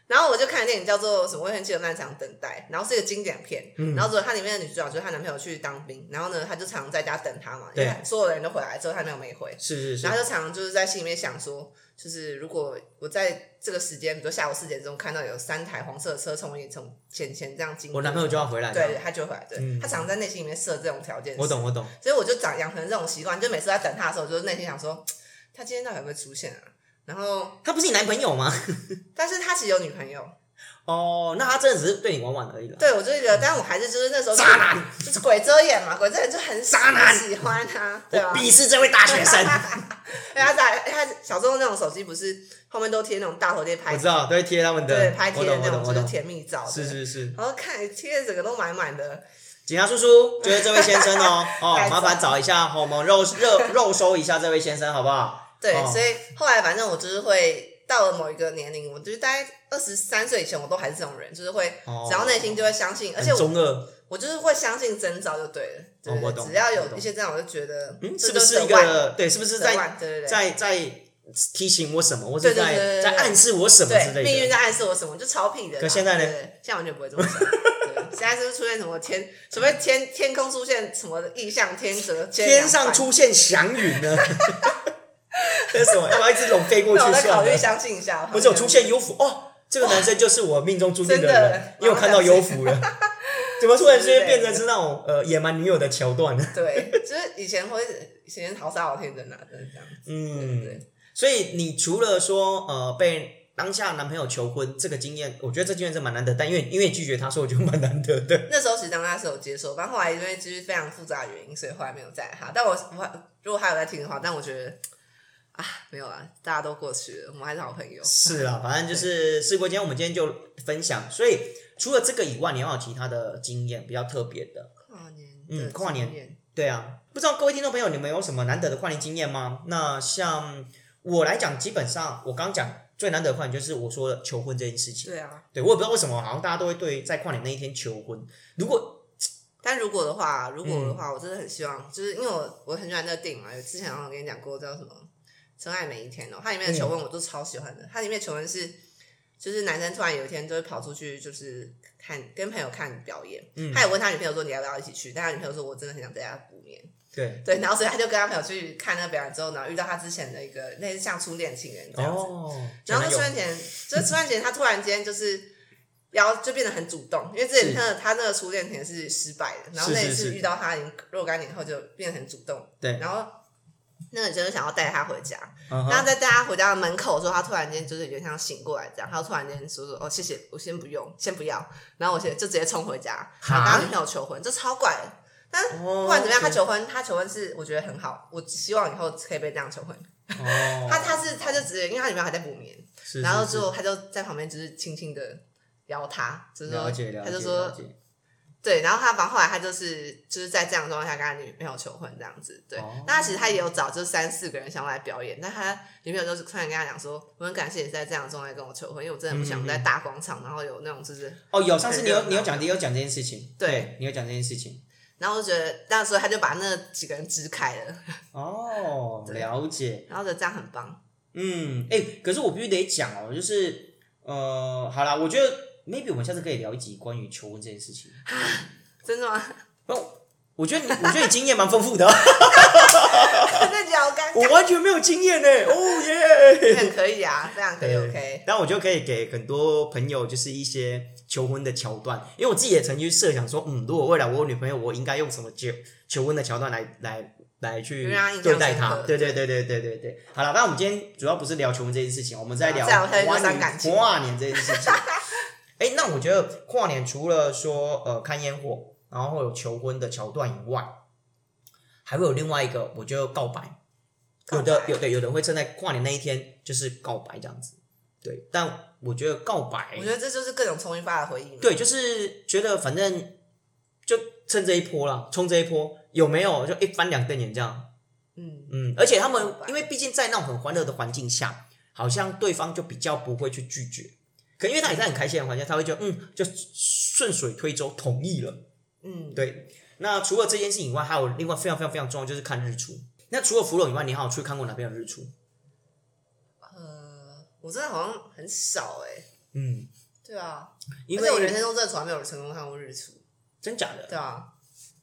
Speaker 1: 然后我就看的电影叫做什么《我也很记得漫长等待》，然后是一个经典片。
Speaker 2: 嗯
Speaker 1: 然后所以它里面的女主角就是她男朋友去当兵，然后呢，她就常在家等他嘛，因为
Speaker 2: 对
Speaker 1: 所有的人都回来之后，她男朋友没回，
Speaker 2: 是是
Speaker 1: 然
Speaker 2: 是，
Speaker 1: 后就常常就是在心里面想说，就是如果我在这个时间，比如说下午四点钟看到有三台黄色的车从我眼从前前这样经过，
Speaker 2: 我男朋友就要回来了。
Speaker 1: 对，他就会来，对、
Speaker 2: 嗯
Speaker 1: 他常在内心里面设这种条件。
Speaker 2: 我懂，我懂。
Speaker 1: 所以我就长养成这种习惯，就每次在等他的时候，我就内心想说，他今天到底会不会出现啊？然后，
Speaker 2: 他不是你男朋友吗？
Speaker 1: 但是他其实有女朋友，
Speaker 2: 哦，那他真的只是对你玩玩而已了。
Speaker 1: 对我就觉得，但我还是就是那时候
Speaker 2: 渣男，
Speaker 1: 就是鬼遮眼嘛，鬼遮眼就很喜
Speaker 2: 渣男
Speaker 1: 喜欢他，
Speaker 2: 我
Speaker 1: 对啊吧、
Speaker 2: 鄙视这位大 学生。
Speaker 1: 因为他在他小时候那种手机不是后面都贴那种大头贴拍
Speaker 2: 我知道，都会贴他们的，
Speaker 1: 对，拍
Speaker 2: 我
Speaker 1: 贴的
Speaker 2: 懂，我
Speaker 1: 那种
Speaker 2: 懂，我
Speaker 1: 就是
Speaker 2: 懂。
Speaker 1: 甜蜜照的，
Speaker 2: 是是是，
Speaker 1: 然后看贴的整个都满满的，
Speaker 2: 警察叔叔，就是这位先生哦， 哦，
Speaker 1: 太
Speaker 2: 麻烦
Speaker 1: 早
Speaker 2: 找一下，我们肉肉肉收一下这位先生，好不好？
Speaker 1: 对，
Speaker 2: 哦
Speaker 1: 所以后来反正我就是会到了某一个年龄，我就是大概二十三岁以前，我都还是这种人，就是会
Speaker 2: 哦
Speaker 1: 只要内 心就会相信，而
Speaker 2: 很
Speaker 1: 且我
Speaker 2: 中二，
Speaker 1: 我就是会相信征兆就对了，对
Speaker 2: 哦我
Speaker 1: 对对，
Speaker 2: 懂
Speaker 1: 只要
Speaker 2: 我
Speaker 1: 有
Speaker 2: 懂
Speaker 1: 一些征兆，我就觉得
Speaker 2: 嗯，
Speaker 1: 这
Speaker 2: 是
Speaker 1: 就
Speaker 2: 不是一
Speaker 1: 神万
Speaker 2: 个对？是不是
Speaker 1: 神
Speaker 2: 在
Speaker 1: 万对对对。
Speaker 2: 在在提醒我什么，或者
Speaker 1: 对对对
Speaker 2: 在
Speaker 1: 对对
Speaker 2: 在暗示我什么之
Speaker 1: 对，命
Speaker 2: 类
Speaker 1: 运
Speaker 2: 的？
Speaker 1: 在暗示我什么，就超屁的啦。
Speaker 2: 可现在呢
Speaker 1: 对对对现在完全不会这么想。对现在是不是出现什么天，除非天天空出现什么异象天折，
Speaker 2: 天上出现祥云呢？ 这是什么？要不要一只龙飞过去
Speaker 1: 那我再考
Speaker 2: 算
Speaker 1: 虑
Speaker 2: 了？
Speaker 1: 相信一下。
Speaker 2: 或者有出现幽浮哦，这个男生就是我命中注定
Speaker 1: 真的
Speaker 2: 人，因为我看到幽 浮了。怎么突然之
Speaker 1: 之
Speaker 2: 间
Speaker 1: 类
Speaker 2: 变
Speaker 1: 的
Speaker 2: 成是那种呃野蛮女友的桥段呢？
Speaker 1: 对，就是以前会以前好傻好天真啊，真的这样子。对
Speaker 2: 嗯
Speaker 1: 对，
Speaker 2: 所以你除了说呃被当下男朋友求婚这个经验，我觉得这经验是蛮难得，但因为因为拒绝他，所以我觉得蛮难得的。
Speaker 1: 那时候其实当他是有接受，但后来因为就是非常复杂的原因，所以后来没有在哈。但我我如果还有在听的话，但我觉得啊没有啊，大家都过去了，我们还是好朋友。
Speaker 2: 是啦，反正就是试过。今天我们今天就分享，所以除了这个以外，你要有其他的经验比较特别的。
Speaker 1: 跨年，
Speaker 2: 嗯跨年
Speaker 1: 年，
Speaker 2: 对啊，不知道各位听众朋友，你们有什么难得的跨年经验吗？那像我来讲，基本上我刚讲最难得的跨年就是我说的求婚这件事情。
Speaker 1: 对啊，
Speaker 2: 对我也不知道为什么，好像大家都会对在跨年那一天求婚。如果
Speaker 1: 但如果的话，如果的
Speaker 2: 嗯
Speaker 1: 话，我真的很希望，就是因为我我很喜欢那个电影嘛，有之前好像跟你讲过叫什么《真爱每一天》哦，它里
Speaker 2: 嗯
Speaker 1: 面的求婚我都超喜欢的。它里面求婚是，就是男生突然有一天就会跑出去，就是看跟朋友看表演。
Speaker 2: 嗯
Speaker 1: 他也问他女朋友说你要不要一起去，但他女朋友说我真的很想在家补眠。
Speaker 2: 对，
Speaker 1: 对，然后所以他就跟他朋友去看那个表演之后，然后遇到他之前的一个类似像初恋情人这样子。
Speaker 2: 哦，
Speaker 1: 然后那初
Speaker 2: 前男
Speaker 1: 恋情
Speaker 2: 友
Speaker 1: 人，就是初恋情人，他突然间就是。然后就变得很主动，因为之前
Speaker 2: 是
Speaker 1: 他的他那个初恋情人是失败的，然后那一
Speaker 2: 是是
Speaker 1: 次
Speaker 2: 是
Speaker 1: 遇到他已经若干年后就变得很主动，
Speaker 2: 对，
Speaker 1: 然后那个女生就想要带他回家，
Speaker 2: 嗯
Speaker 1: 然后
Speaker 2: 哼
Speaker 1: 在带他回家的门口的时候，他突然间就是有点像醒过来这样，他突然间说说哦谢谢，我先不用，先不要，然后我先就直接冲回家，然后跟他女朋友求婚，这超怪的。但是
Speaker 2: 哦
Speaker 1: 不管怎么样，他
Speaker 2: 对
Speaker 1: 求婚，他求婚是我觉得很好，我希望以后可以被这样求婚。
Speaker 2: 哦，
Speaker 1: 他他是他就直接，因为他女朋友还在补眠，
Speaker 2: 是，
Speaker 1: 然后
Speaker 2: 是
Speaker 1: 之后他就在旁边就是轻轻的摇他，就是是
Speaker 2: 了
Speaker 1: 说
Speaker 2: 解了解，
Speaker 1: 他就
Speaker 2: 了
Speaker 1: 说
Speaker 2: 解
Speaker 1: 对，然后他反后来他就是就是在这样的状况下跟他女朋友求婚这样子，对。
Speaker 2: 哦
Speaker 1: 那他其实他也有找就三四个人想要来表演，但他女朋友就是突然跟他讲说，我很感谢你在这样的状态跟我求婚，因为我真的不
Speaker 2: 嗯
Speaker 1: 想在大广场，然后有那种就是，
Speaker 2: 哦，有上次你
Speaker 1: 很热
Speaker 2: 有
Speaker 1: 闹
Speaker 2: 你有讲你有讲这件事情，
Speaker 1: 对，
Speaker 2: 你有讲这件事情，
Speaker 1: 然后我就觉得，那时候他就把那几个人支开了，
Speaker 2: 哦，
Speaker 1: 对
Speaker 2: 了解，
Speaker 1: 然后就这样很棒，
Speaker 2: 嗯，哎、可是我必须得讲哦，就是呃，好啦，我觉得 maybe 我们下次可以聊一集关于求婚这件事情。
Speaker 1: 真的吗？
Speaker 2: 我觉得你，我觉得你经验蛮丰富的，啊
Speaker 1: 那就好尴
Speaker 2: 我
Speaker 1: 尬，
Speaker 2: 完全没有经验呢。哦耶！
Speaker 1: 很可以啊，非常可以
Speaker 2: 对
Speaker 1: ，OK，
Speaker 2: 但我就可以给很多朋友就是一些求婚的桥段，因为我自己也曾经设想说，嗯，如果未来我有女朋友，我应该用什么求求婚的桥段来来来去
Speaker 1: 就让她印象
Speaker 2: 对待
Speaker 1: 深
Speaker 2: 她。
Speaker 1: 刻
Speaker 2: 对对对对对对对。好了，那我们今天主要不是聊求婚这件事情，我们在聊
Speaker 1: 这样我现在就
Speaker 2: 关于
Speaker 1: 伤感情
Speaker 2: 跨年这件事 情。哎，那我觉得跨年除了说呃看烟火，然后会有求婚的桥段以外，还会有另外一个，我觉得告白。有
Speaker 1: 告
Speaker 2: 的
Speaker 1: 白
Speaker 2: 有的有的会趁在跨年那一天就是告白这样子，对。但我觉得告白
Speaker 1: 我，觉得这就是各种重新发的回忆嘛，
Speaker 2: 对，就是觉得反正就趁这一波啦，冲这一波，有没有就一翻两瞪眼这样？
Speaker 1: 嗯，
Speaker 2: 嗯，而且他们
Speaker 1: 告白
Speaker 2: 因为毕竟在那种很欢乐的环境下，好像对方就比较不会去拒绝。可因为他也在很开心的环境下，他会觉得嗯，就顺水推舟同意了。
Speaker 1: 嗯，
Speaker 2: 对，那除了这件事情以外，还有另外非常非常非常重要就是看日出。那除了芙蓉以外，你还有去看过哪边的日出？
Speaker 1: 呃，我真的好像很少哎，
Speaker 2: 嗯，
Speaker 1: 对啊，
Speaker 2: 因
Speaker 1: 而且我人
Speaker 2: 为
Speaker 1: 生中真的从来没有成功看过日出，
Speaker 2: 真假的，
Speaker 1: 对啊，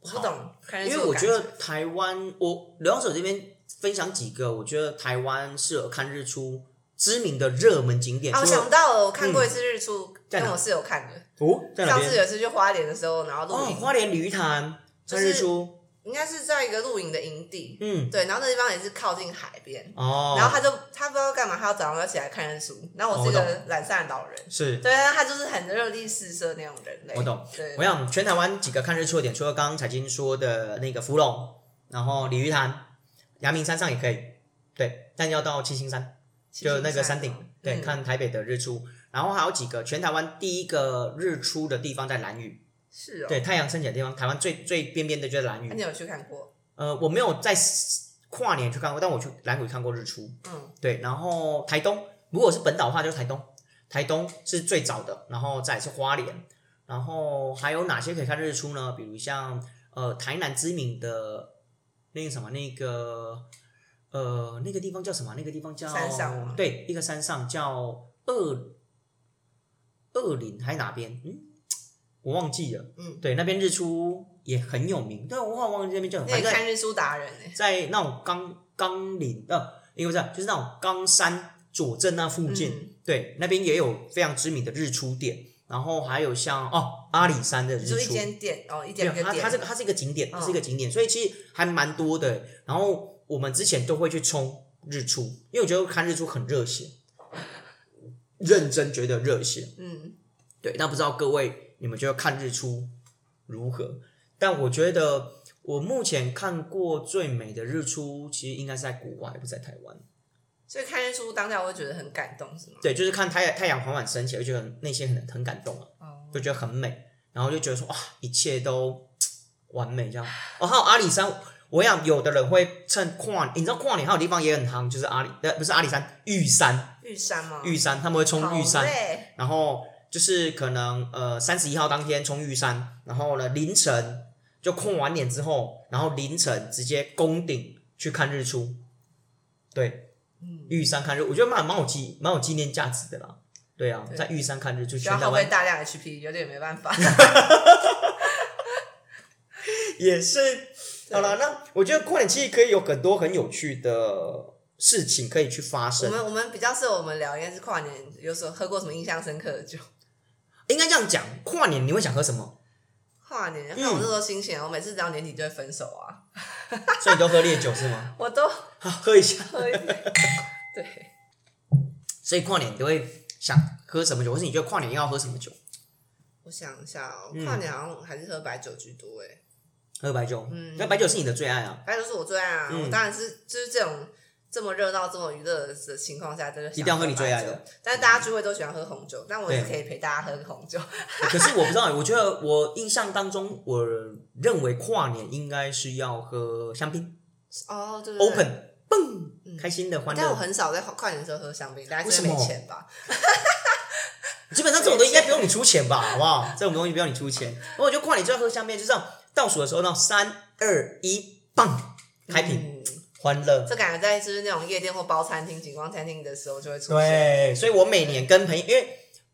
Speaker 1: 我不懂看日
Speaker 2: 因
Speaker 1: 出
Speaker 2: 为
Speaker 1: 的
Speaker 2: 我
Speaker 1: 感
Speaker 2: 觉得台湾，我刘教授这边分享几个，我觉得台湾适合看日出知名的热门景点。
Speaker 1: 啊，我
Speaker 2: 除了
Speaker 1: 想到了，我看过一次日出，
Speaker 2: 在哪
Speaker 1: 跟我室友看的。
Speaker 2: 哦，在哪
Speaker 1: 上次
Speaker 2: 边？
Speaker 1: 有一次去花莲的时候，然后露
Speaker 2: 哦，
Speaker 1: 营，
Speaker 2: 花莲鲤鱼潭看
Speaker 1: 就是
Speaker 2: 日出，
Speaker 1: 应该是在一个露营的营地，
Speaker 2: 嗯，
Speaker 1: 对，然后那地方也是靠近海边，
Speaker 2: 哦，
Speaker 1: 然后他就他不知道干嘛，他要早上要起来看日出，然后我是一
Speaker 2: 哦我
Speaker 1: 个懒散的老人，
Speaker 2: 是
Speaker 1: 对，但是他就是很热力四射那种人类，
Speaker 2: 我懂，
Speaker 1: 对
Speaker 2: 我，想全台湾几个看日出的点，除了刚刚彩金说的那个芙蓉，然后鲤鱼潭、阳明山上也可以，对，但要到七星山。就那个山顶，对，
Speaker 1: 嗯
Speaker 2: 看台北的日出。然后还有几个全台湾第一个日出的地方在兰屿，
Speaker 1: 是哦，
Speaker 2: 对，太阳升起的地方，台湾最最边边的就是兰
Speaker 1: 那
Speaker 2: 屿。
Speaker 1: 啊你有去看过？
Speaker 2: 呃，我没有在 s- 跨年去看过，但我去兰屿看过日出。
Speaker 1: 嗯，
Speaker 2: 对，然后台东，如果是本岛的话，就是台东，台东是最早的，然后再来是花莲，然后还有哪些可以看日出呢？比如像呃台南知名的那个什么那个呃那个地方叫什么？那个地方叫
Speaker 1: 山上吗
Speaker 2: 对，一个山上叫二二林还哪边？嗯，我忘记了。
Speaker 1: 嗯，
Speaker 2: 对，那边日出也很有名，但我好像忘记那边叫什么。
Speaker 1: 那
Speaker 2: 反
Speaker 1: 你
Speaker 2: 正
Speaker 1: 看日出达人哎，
Speaker 2: 在那种冈冈岭呃，因为这样就是那种冈山左镇那附近，
Speaker 1: 嗯
Speaker 2: 对，那边也有非常知名的日出点，然后还有像哦阿里山的日
Speaker 1: 你
Speaker 2: 出
Speaker 1: 说一，间店哦，一
Speaker 2: 对
Speaker 1: 间一个
Speaker 2: 它它是
Speaker 1: 店，
Speaker 2: 它是一个景点，它是一
Speaker 1: 嗯
Speaker 2: 个景点，所以其实还蛮多的。然后我们之前都会去冲日出，因为我觉得看日出很热血，认真觉得热血，
Speaker 1: 嗯，
Speaker 2: 对，那不知道各位你们觉得看日出如何？但我觉得我目前看过最美的日出，其实应该是在国外，不是在台湾。
Speaker 1: 所以看日出当下我会觉得很感动，是吗？
Speaker 2: 对，就是看太太阳缓缓升起，就觉得很内心很很感动啊，
Speaker 1: 哦，
Speaker 2: 就觉得很美，然后就觉得说哇，一切都完美这样。哦，还有阿里山，我想有的人会趁跨，你知道跨年还有地方也很夯，就是阿里呃不是阿里山，玉山，
Speaker 1: 玉山吗？
Speaker 2: 玉山他们会冲玉山
Speaker 1: 好，累
Speaker 2: 然后就是可能呃三十一号当天冲玉山，然后呢凌晨就跨完年之后，然后凌晨直接攻顶去看日出，对，
Speaker 1: 嗯，
Speaker 2: 玉山看日，我觉得蛮蛮有纪蛮有纪念价值的啦。对啊，
Speaker 1: 对
Speaker 2: 在玉山看日出，
Speaker 1: 需
Speaker 2: 全
Speaker 1: 要
Speaker 2: 台
Speaker 1: 耗费
Speaker 2: 湾
Speaker 1: 大量 HP，有点没办法。
Speaker 2: 也是。好了，那我觉得跨年其实可以有很多很有趣的事情可以去发
Speaker 1: 我
Speaker 2: 生。
Speaker 1: 们我们比较适合我们聊，应该是跨年有所喝过什么印象深刻的酒。
Speaker 2: 应该这样讲，跨年你会想喝什么？
Speaker 1: 跨年，
Speaker 2: 嗯
Speaker 1: 那我那时候心情，我每次只要年底就会分手啊，
Speaker 2: 所以你都喝烈酒是吗？
Speaker 1: 我都
Speaker 2: 好，喝一下。
Speaker 1: 喝一点。 对，
Speaker 2: 所以跨年你都会想喝什么酒，或是你觉得跨年要喝什么酒？
Speaker 1: 我想一下、哦，
Speaker 2: 嗯
Speaker 1: 跨年好像还是喝白酒居多哎、
Speaker 2: 喝白酒，
Speaker 1: 嗯
Speaker 2: 那白酒是你的最爱啊。
Speaker 1: 白酒是我最爱啊，
Speaker 2: 嗯
Speaker 1: 我当然是就是这种这么热闹、这么娱乐的情况下，真的一
Speaker 2: 一定要喝你最爱的。
Speaker 1: 但是大家聚会都喜欢喝红酒，但我也是
Speaker 2: 对
Speaker 1: 可以陪大家喝个红酒。
Speaker 2: 可是我不知道，我觉得我印象当中，我认为跨年应该是要喝香槟
Speaker 1: 哦，对对对
Speaker 2: ，open，
Speaker 1: 嗯
Speaker 2: 蹦，开心的欢
Speaker 1: 但我
Speaker 2: 乐。
Speaker 1: 很少在跨年的时候喝香槟，大家是因
Speaker 2: 为什
Speaker 1: 没
Speaker 2: 么
Speaker 1: 钱吧？
Speaker 2: 基本上这种东西应该不用你出钱吧，好 不好？这种东西不用你出钱。然后我觉得跨年就要喝香槟，就这样倒数的时候，到三二一，棒，开瓶，
Speaker 1: 嗯
Speaker 2: 欢乐。
Speaker 1: 这感觉在就是那种夜店或包餐厅、景观餐厅的时候就会出现。
Speaker 2: 对，所以我每年跟朋友，因为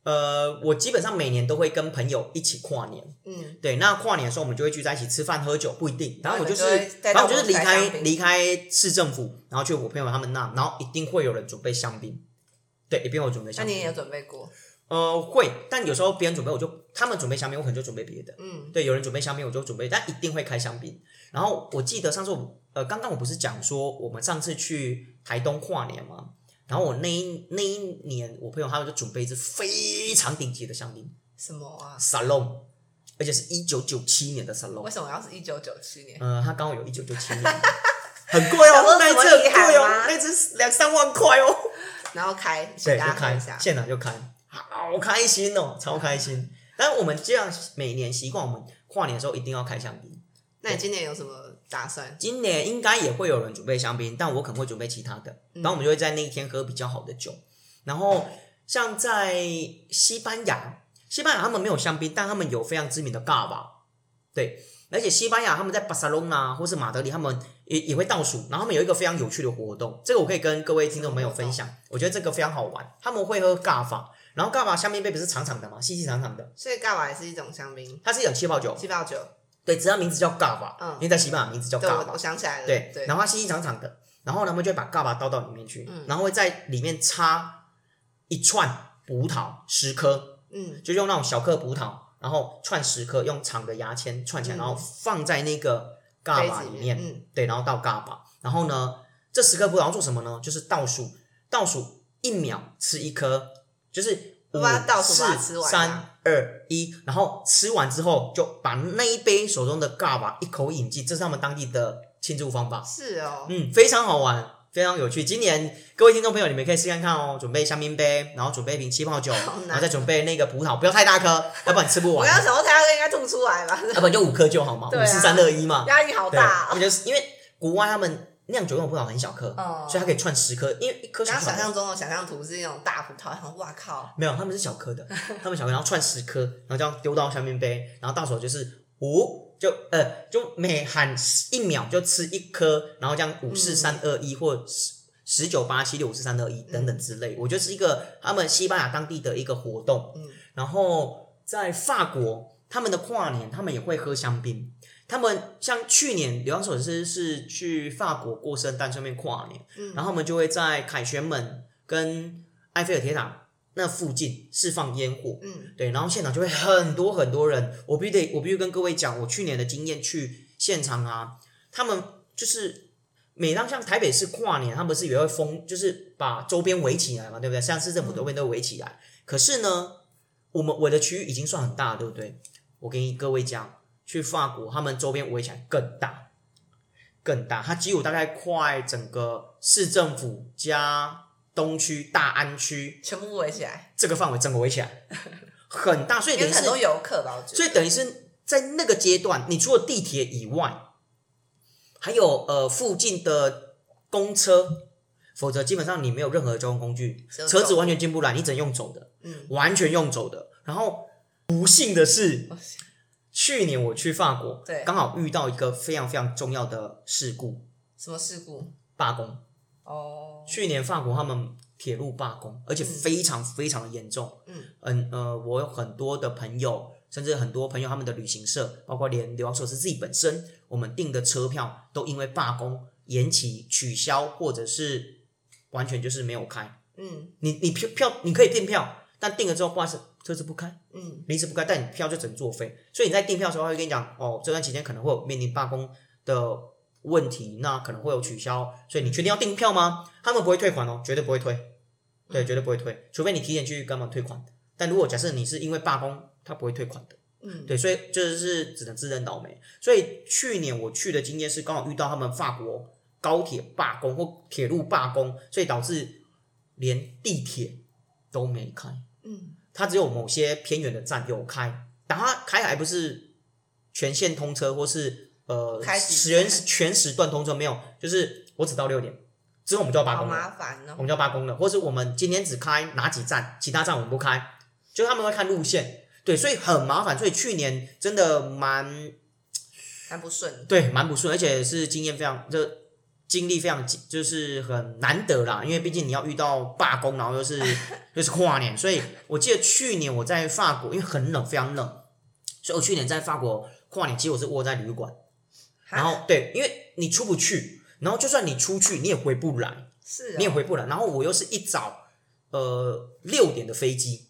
Speaker 2: 呃，我基本上每年都会跟朋友一起跨年。
Speaker 1: 嗯，
Speaker 2: 对，那跨年的时候我们就会聚在一起吃饭喝酒，不一定。然后我就是
Speaker 1: 对就会，带
Speaker 2: 然
Speaker 1: 到
Speaker 2: 后我就是离
Speaker 1: 我
Speaker 2: 开
Speaker 1: 们的香槟
Speaker 2: 离开市政府，然后去我朋友他们那，然后一定会有人准备香槟。对，一定会有准备
Speaker 1: 那
Speaker 2: 香
Speaker 1: 你也
Speaker 2: 槟。
Speaker 1: 有准备过？
Speaker 2: 呃，会，但有时候别人准备，我就他们准备香槟，我可能就准备别的。
Speaker 1: 嗯
Speaker 2: 对，有人准备香槟，我就准备，但一定会开香槟。然后我记得上次我呃，刚刚我不是讲说我们上次去台东跨年吗？然后我那一那一年，我朋友他们就准备一支非常顶级的香槟，
Speaker 1: 什么啊？
Speaker 2: Salon，而且是一九九七年的 Salon，
Speaker 1: 为什么要是一九九七年？
Speaker 2: 呃，它刚好有一九九七年， 很贵哦，那一只
Speaker 1: 有什么遗
Speaker 2: 很
Speaker 1: 憾
Speaker 2: 贵哦
Speaker 1: 吗，
Speaker 2: 那一只两三万块哦，
Speaker 1: 然后开，
Speaker 2: 对，
Speaker 1: 请
Speaker 2: 就
Speaker 1: 大家看
Speaker 2: 开
Speaker 1: 一下，。
Speaker 2: 现场就开，好开心哦，超开心。但我们这样每年习惯，我们跨年的时候一定要开香槟。
Speaker 1: 那你今年有什么打算？
Speaker 2: 今年应该也会有人准备香槟，但我可能会准备其他的，
Speaker 1: 嗯
Speaker 2: 然后我们就会在那一天喝比较好的酒。然后像在西班牙，西班牙他们没有香槟，但他们有非常知名的 g a b a 对，而且西班牙他们在巴塞隆啊或是马德里，他们也也会倒数，然后他们有一个非常有趣的活动，这个我可以跟各位听众朋友分享，
Speaker 1: 哦
Speaker 2: 我觉得这个非常好玩。他们会喝 g a b a 然后 g a b a 香槟杯不是长长的吗？细细长长的，
Speaker 1: 所以尬瓦也是一种香槟，
Speaker 2: 它是一种气泡酒，
Speaker 1: 气泡酒。
Speaker 2: 对，只要名字叫 g a b a
Speaker 1: 嗯
Speaker 2: 因为在西班牙名字叫 g
Speaker 1: 对，
Speaker 2: a
Speaker 1: 我
Speaker 2: b a
Speaker 1: 我想起来了，
Speaker 2: 对，
Speaker 1: 对，
Speaker 2: 然后它细细长长的，然后呢，他们就会把嘎巴倒到里面去，
Speaker 1: 嗯
Speaker 2: 然后会在里面插一串葡萄十颗，
Speaker 1: 嗯，
Speaker 2: 就用那种小颗葡萄，然后串十颗，用长的牙签串起来，
Speaker 1: 嗯
Speaker 2: 然后放在那个嘎
Speaker 1: 杯
Speaker 2: 巴
Speaker 1: 子
Speaker 2: 里
Speaker 1: 里
Speaker 2: 面，
Speaker 1: 嗯，
Speaker 2: 对，然后倒嘎巴，然后呢，这十颗葡萄要做什么呢？就是倒数，倒数一秒吃一颗，就是。
Speaker 1: 我
Speaker 2: 五
Speaker 1: 把它倒数把它吃
Speaker 2: 四
Speaker 1: 完啊
Speaker 2: 三二一，然后吃完之后就把那一杯手中的嘎巴一口饮尽，这是他们当地的庆祝方法。
Speaker 1: 是哦，
Speaker 2: 嗯，非常好玩，非常有趣。今年各位听众朋友，你们可以试看看哦，准备香槟杯，然后准备一瓶气泡酒，
Speaker 1: 好难
Speaker 2: 然后再准备那个葡萄，不要太大 颗，要不然你吃不
Speaker 1: 我
Speaker 2: 完
Speaker 1: 刚，刚想说他应该吐出来吧，
Speaker 2: 要不然就五颗就好嘛，
Speaker 1: 对
Speaker 2: 五
Speaker 1: 啊
Speaker 2: 四三二一嘛。
Speaker 1: 压力好
Speaker 2: 对
Speaker 1: 大，哦
Speaker 2: 因。为就是因为国外他们酿酒用的葡萄很小颗，
Speaker 1: 哦
Speaker 2: 所以它可以串十颗，因为一颗小
Speaker 1: 刚刚
Speaker 2: 小
Speaker 1: 想
Speaker 2: 的。
Speaker 1: 象中的想象图是那种大葡萄，然后哇靠，
Speaker 2: 没有，他们是小颗的，他们小颗，然后串十颗，然后这样丢到香槟杯，然后到手就是五，就呃，就每喊一秒就吃一颗，然后这样五四三二一或十十九八七六五四三二一等等之类，我觉得是一个他们西班牙当地的一个活动。
Speaker 1: 嗯，
Speaker 2: 然后在法国，他们的跨年他们也会喝香槟。他们像去年刘洋所师是去法国过圣诞，顺便跨年，
Speaker 1: 嗯
Speaker 2: 然后我们就会在凯旋门跟埃菲尔铁塔那附近释放烟火，
Speaker 1: 嗯，
Speaker 2: 对，然后现场就会很多很多人。我必须得，我必须跟各位讲，我去年的经验去现场啊，他们就是每当像台北市跨年，他们是也会封，就是把周边围起来嘛，对不对？像市政府周边都围起来。可是呢，我们我的区域已经算很大了，对不对？我跟各位讲，去法国他们周边围起来更大，更大，它几乎大概快整个市政府加东区、大安区
Speaker 1: 全部围起来，
Speaker 2: 这个范围整个围 起来，很大，所以
Speaker 1: 因
Speaker 2: 等于
Speaker 1: 为
Speaker 2: 是
Speaker 1: 很，多游客吧，我觉得，
Speaker 2: 所以等于是在那个阶段，你除了地铁以外，还有呃附近的公车，否则基本上你没有任何交通工具，
Speaker 1: 只有
Speaker 2: 车子
Speaker 1: 走
Speaker 2: 完全进不来，你只能用走的，
Speaker 1: 嗯，哦
Speaker 2: 完全用走的。然后不幸的是，去年我去法国，
Speaker 1: 对
Speaker 2: 刚好遇到一个非常非常重要的事故
Speaker 1: 什么事故？
Speaker 2: ——罢工。
Speaker 1: 哦，
Speaker 2: 去年法国他们铁路罢工，而且非常非常的严重。
Speaker 1: 嗯
Speaker 2: 嗯呃，我有很多的朋友，甚至很多朋友他们的旅行社，包括连刘老师自己本身，我们订的车票都因为罢工延期、取消，或者是完全就是没有开。
Speaker 1: 嗯
Speaker 2: 你你票票你可以订票，但订了之后，不好意思，车子不开。
Speaker 1: 嗯
Speaker 2: 临时不开，但你票就只能作废。所以你在订票的时候，他会跟你讲哦，这段期间可能会有面临罢工的问题，那可能会有取消，所以你确定要订票吗？他们不会退款哦，绝对不会退，对，绝对不会退，除非你提前去跟他们退款。但如果假设你是因为罢工，他不会退款的，
Speaker 1: 嗯，
Speaker 2: 对，所以就是只能自认倒霉。所以去年我去的经验是刚好遇到他们法国高铁罢工或铁路罢工，所以导致连地铁都没开。
Speaker 1: 嗯
Speaker 2: 它只有某些偏远的站有开，但它开还不是全线通车，或是呃
Speaker 1: 开几
Speaker 2: 全
Speaker 1: 站
Speaker 2: 全时段通车没有，就是我只到六点之后我们就要罢
Speaker 1: 好
Speaker 2: 工了，
Speaker 1: 麻烦
Speaker 2: 我
Speaker 1: 哦。
Speaker 2: 们就要罢工了，或是我们今天只开哪几站，其他站我们不开，就他们会看路线，对，所以很麻烦，所以去年真的蛮
Speaker 1: 蛮不顺。
Speaker 2: 对蛮不顺，而且是经验非常这。经历非常紧就是很难得啦，因为毕竟你要遇到罢工，然后又是 又是跨年，所以我记得去年我在法国，因为很冷，非常冷，所以我去年在法国跨年，其实我是窝在旅馆，然
Speaker 1: 哈
Speaker 2: 后对，因为你出不去，然后就算你出去，你也回不来，
Speaker 1: 是
Speaker 2: 你也
Speaker 1: 哦，
Speaker 2: 回不来，然后我又是一早呃六点的飞机，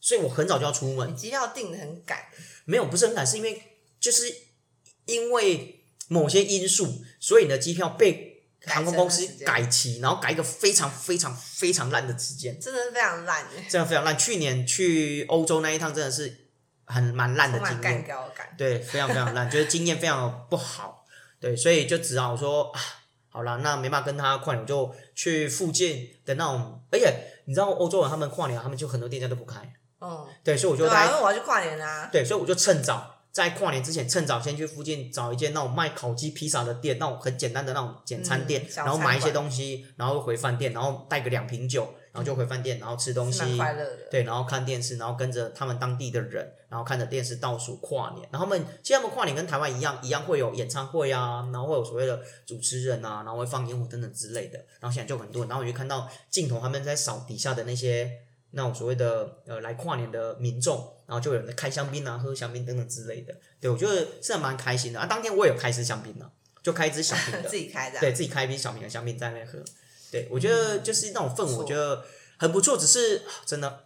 Speaker 2: 所以我很早就要出门
Speaker 1: 你，机票订的很赶，
Speaker 2: 没有，不是很赶，是因为就是因为某些因素，所以你的机票被
Speaker 1: 改
Speaker 2: 航空
Speaker 1: 成
Speaker 2: 公
Speaker 1: 了
Speaker 2: 司
Speaker 1: 时间
Speaker 2: 改期，然后改一个非常非常非常烂的时间，
Speaker 1: 真的是非常烂哎，
Speaker 2: 这样非常烂。去年去欧洲那一趟真的是很蛮烂的
Speaker 1: 充满
Speaker 2: 经
Speaker 1: 干
Speaker 2: 验，
Speaker 1: 掉的感。
Speaker 2: 对，非常非常烂，就是经验非常不好，对，所以就只好说啊，好啦，那没办法跟他跨年，我就去附近的那种，而且你知道欧洲人他们跨年，他们就很多店家都不开，
Speaker 1: 嗯，
Speaker 2: 对，所以我就
Speaker 1: 对
Speaker 2: 在
Speaker 1: 啊，因为我要去跨年啊。
Speaker 2: 对，所以我就趁早在跨年之前，趁早先去附近找一间那种卖烤鸡、披萨的店，那种很简单的那种简餐店，
Speaker 1: 嗯小
Speaker 2: 然后
Speaker 1: 餐
Speaker 2: 买一些
Speaker 1: 馆
Speaker 2: 东西，然后回饭店，然后带个两瓶酒，然后就回饭店，然后吃东
Speaker 1: 是蛮
Speaker 2: 西，
Speaker 1: 快乐的，
Speaker 2: 对，然后看电视，然后跟着他们当地的人，然后看着电视倒数跨年。然后他们其实他们跨年跟台湾一样，一样会有演唱会啊，然后会有所谓的主持人啊，然后会放烟火等等之类的。然后现在就很多人，然后我就看到镜头他们在扫底下的那些那种所谓的呃来跨年的民众，然后就有人在开香槟啊、喝香槟等等之类的。对我觉得是还蛮开心的啊。当天我也有开一支香槟啊，就开一支小瓶的
Speaker 1: 自，己开的啊。
Speaker 2: 对自己开一瓶小瓶的香槟在那边喝。对我觉得就是那种氛围，
Speaker 1: 不错
Speaker 2: 我觉得很不嗯错，只是啊真的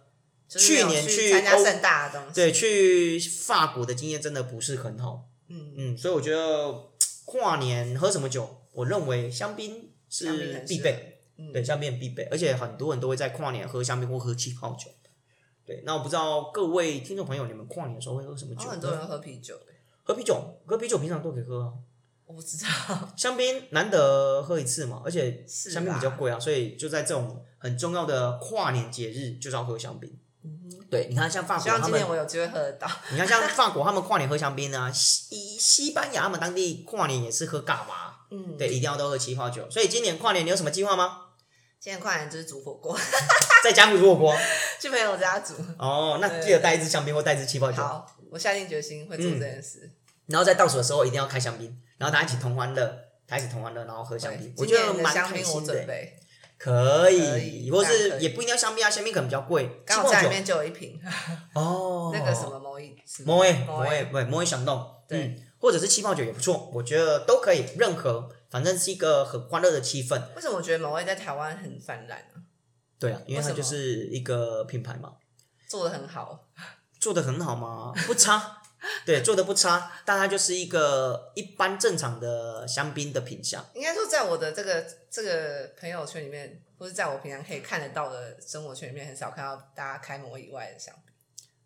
Speaker 1: 就是没有
Speaker 2: 去年去
Speaker 1: 去参加
Speaker 2: 欧
Speaker 1: 盛大的东西。
Speaker 2: 对，去法国的经验真的不是很好，
Speaker 1: 嗯，
Speaker 2: 嗯，所以我觉得跨年喝什么酒，我认为香槟
Speaker 1: 香槟
Speaker 2: 是
Speaker 1: 很
Speaker 2: 必
Speaker 1: 适
Speaker 2: 备，
Speaker 1: 嗯
Speaker 2: 对，香槟很必备，而且很多人都会在跨年喝香槟或喝气泡酒。对，那我不知道各位听众朋友，你们跨年的时候会喝什么
Speaker 1: 然
Speaker 2: 酒？
Speaker 1: 哦后很多人喝啤酒欸，
Speaker 2: 喝啤酒，喝啤酒平常都可以喝啊。
Speaker 1: 我不知道。
Speaker 2: 香槟难得喝一次嘛，而且
Speaker 1: 是
Speaker 2: 香槟比
Speaker 1: 啦
Speaker 2: 较贵啊，所以就在这种很重要的跨年节日，就是要喝香槟。对，你看像法
Speaker 1: 希
Speaker 2: 国
Speaker 1: 望嗯
Speaker 2: 他
Speaker 1: 今
Speaker 2: 们
Speaker 1: 年我有机会喝得 到。
Speaker 2: 你看，像法国他们跨年喝香槟啊，西西班牙他们当地跨年也是喝嘎巴，
Speaker 1: 嗯，
Speaker 2: 对，一定要都喝气泡酒。所以今年跨年你有什么计划吗？
Speaker 1: 今年跨年就是煮火锅，
Speaker 2: 在家煮火锅
Speaker 1: 去朋友家煮。
Speaker 2: 哦，那
Speaker 1: 对
Speaker 2: 记得带一支香槟或带一支气泡酒，
Speaker 1: 好，我下定决心会做这件
Speaker 2: 嗯
Speaker 1: 事。
Speaker 2: 然后在倒数的时候一定要开香槟，然后大家一起同欢乐，大家一起同欢乐，然后喝香槟
Speaker 1: 对，
Speaker 2: 我
Speaker 1: 今
Speaker 2: 觉得
Speaker 1: 年的
Speaker 2: 蛮
Speaker 1: 香
Speaker 2: 开
Speaker 1: 槟我
Speaker 2: 心的
Speaker 1: 准
Speaker 2: 欸。
Speaker 1: 备，
Speaker 2: 可
Speaker 1: 可
Speaker 2: 以，
Speaker 1: 以
Speaker 2: 或
Speaker 1: 当
Speaker 2: 是
Speaker 1: 然可以
Speaker 2: 也不一定要香槟啊，香槟可能比较贵，气
Speaker 1: 刚好
Speaker 2: 泡
Speaker 1: 家里
Speaker 2: 酒
Speaker 1: 面就有一瓶
Speaker 2: 哦，
Speaker 1: 那个什么某一什么
Speaker 2: 摩耶
Speaker 1: 摩
Speaker 2: 摩
Speaker 1: 耶
Speaker 2: 耶对摩耶响动，
Speaker 1: 对
Speaker 2: 嗯，或者是气泡酒也不错，我觉得都可以，任何反正是一个很欢乐的气氛。
Speaker 1: 为什么我觉得某位在台湾很泛滥啊？
Speaker 2: 对啊，因为它
Speaker 1: 为什
Speaker 2: 就
Speaker 1: 么
Speaker 2: 是一个品牌嘛，
Speaker 1: 做的很好，啊
Speaker 2: 做的很好嘛，不差， 对，做的不差，但它就是一个一般正常的香槟的品相。
Speaker 1: 应该说在我的这个这个朋友圈里面，或是在我平常可以看得到的生活圈里面，很少看到大家开某以外的香槟。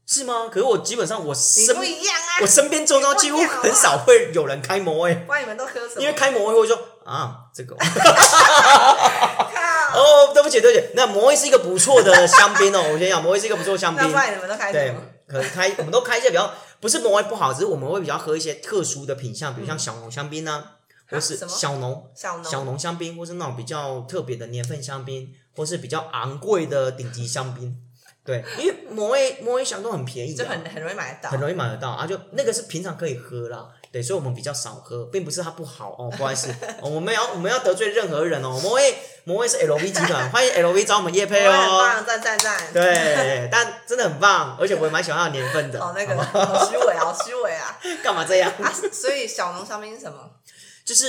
Speaker 2: 是吗？可是我基本上我
Speaker 1: 你
Speaker 2: 身
Speaker 1: 不一样啊
Speaker 2: 我！身边周遭几乎
Speaker 1: 你不一样好不
Speaker 2: 很
Speaker 1: 好
Speaker 2: 少会有人开摩哎，
Speaker 1: 不然你们都喝什么？
Speaker 2: 因为开摩哎会说啊这个
Speaker 1: 靠，
Speaker 2: 哦，对不起对不起，那摩哎是一个不错的香槟哦，我 先讲摩哎是一个不错的香
Speaker 1: 那
Speaker 2: 槟
Speaker 1: 不，然你们都开什
Speaker 2: 对
Speaker 1: 么？，
Speaker 2: 可能开我们都开一些比较不是摩哎不好，只是我们会比较喝一些特殊的品相，比如像小浓香槟啊，或是
Speaker 1: 嗯什么
Speaker 2: 小浓。
Speaker 1: 小农
Speaker 2: 小农香槟，或是那种比较特别的年份香槟，或是比较昂贵的顶级香槟。对，因为某威某威香都很便宜、啊，
Speaker 1: 就很很容易买得到
Speaker 2: 很。容易买得到啊，就那个是平常可以喝啦，对，所以我们比较少喝，并不是它不好哦，不好 意思，哦、我们要我们要得罪任何人哦，我们会我们会是 LV 集团，欢迎 LV 找我们叶
Speaker 1: 我
Speaker 2: 配
Speaker 1: 也很
Speaker 2: 哦，
Speaker 1: 棒，赞赞赞！
Speaker 2: 对，但真的很棒，而且我也蛮喜欢它的年份的，
Speaker 1: 哦，那
Speaker 2: 好
Speaker 1: 个
Speaker 2: 吧
Speaker 1: 好虚伪啊，好虚伪啊！
Speaker 2: 干嘛这样？
Speaker 1: 啊，所以小农香槟是什么？
Speaker 2: 就是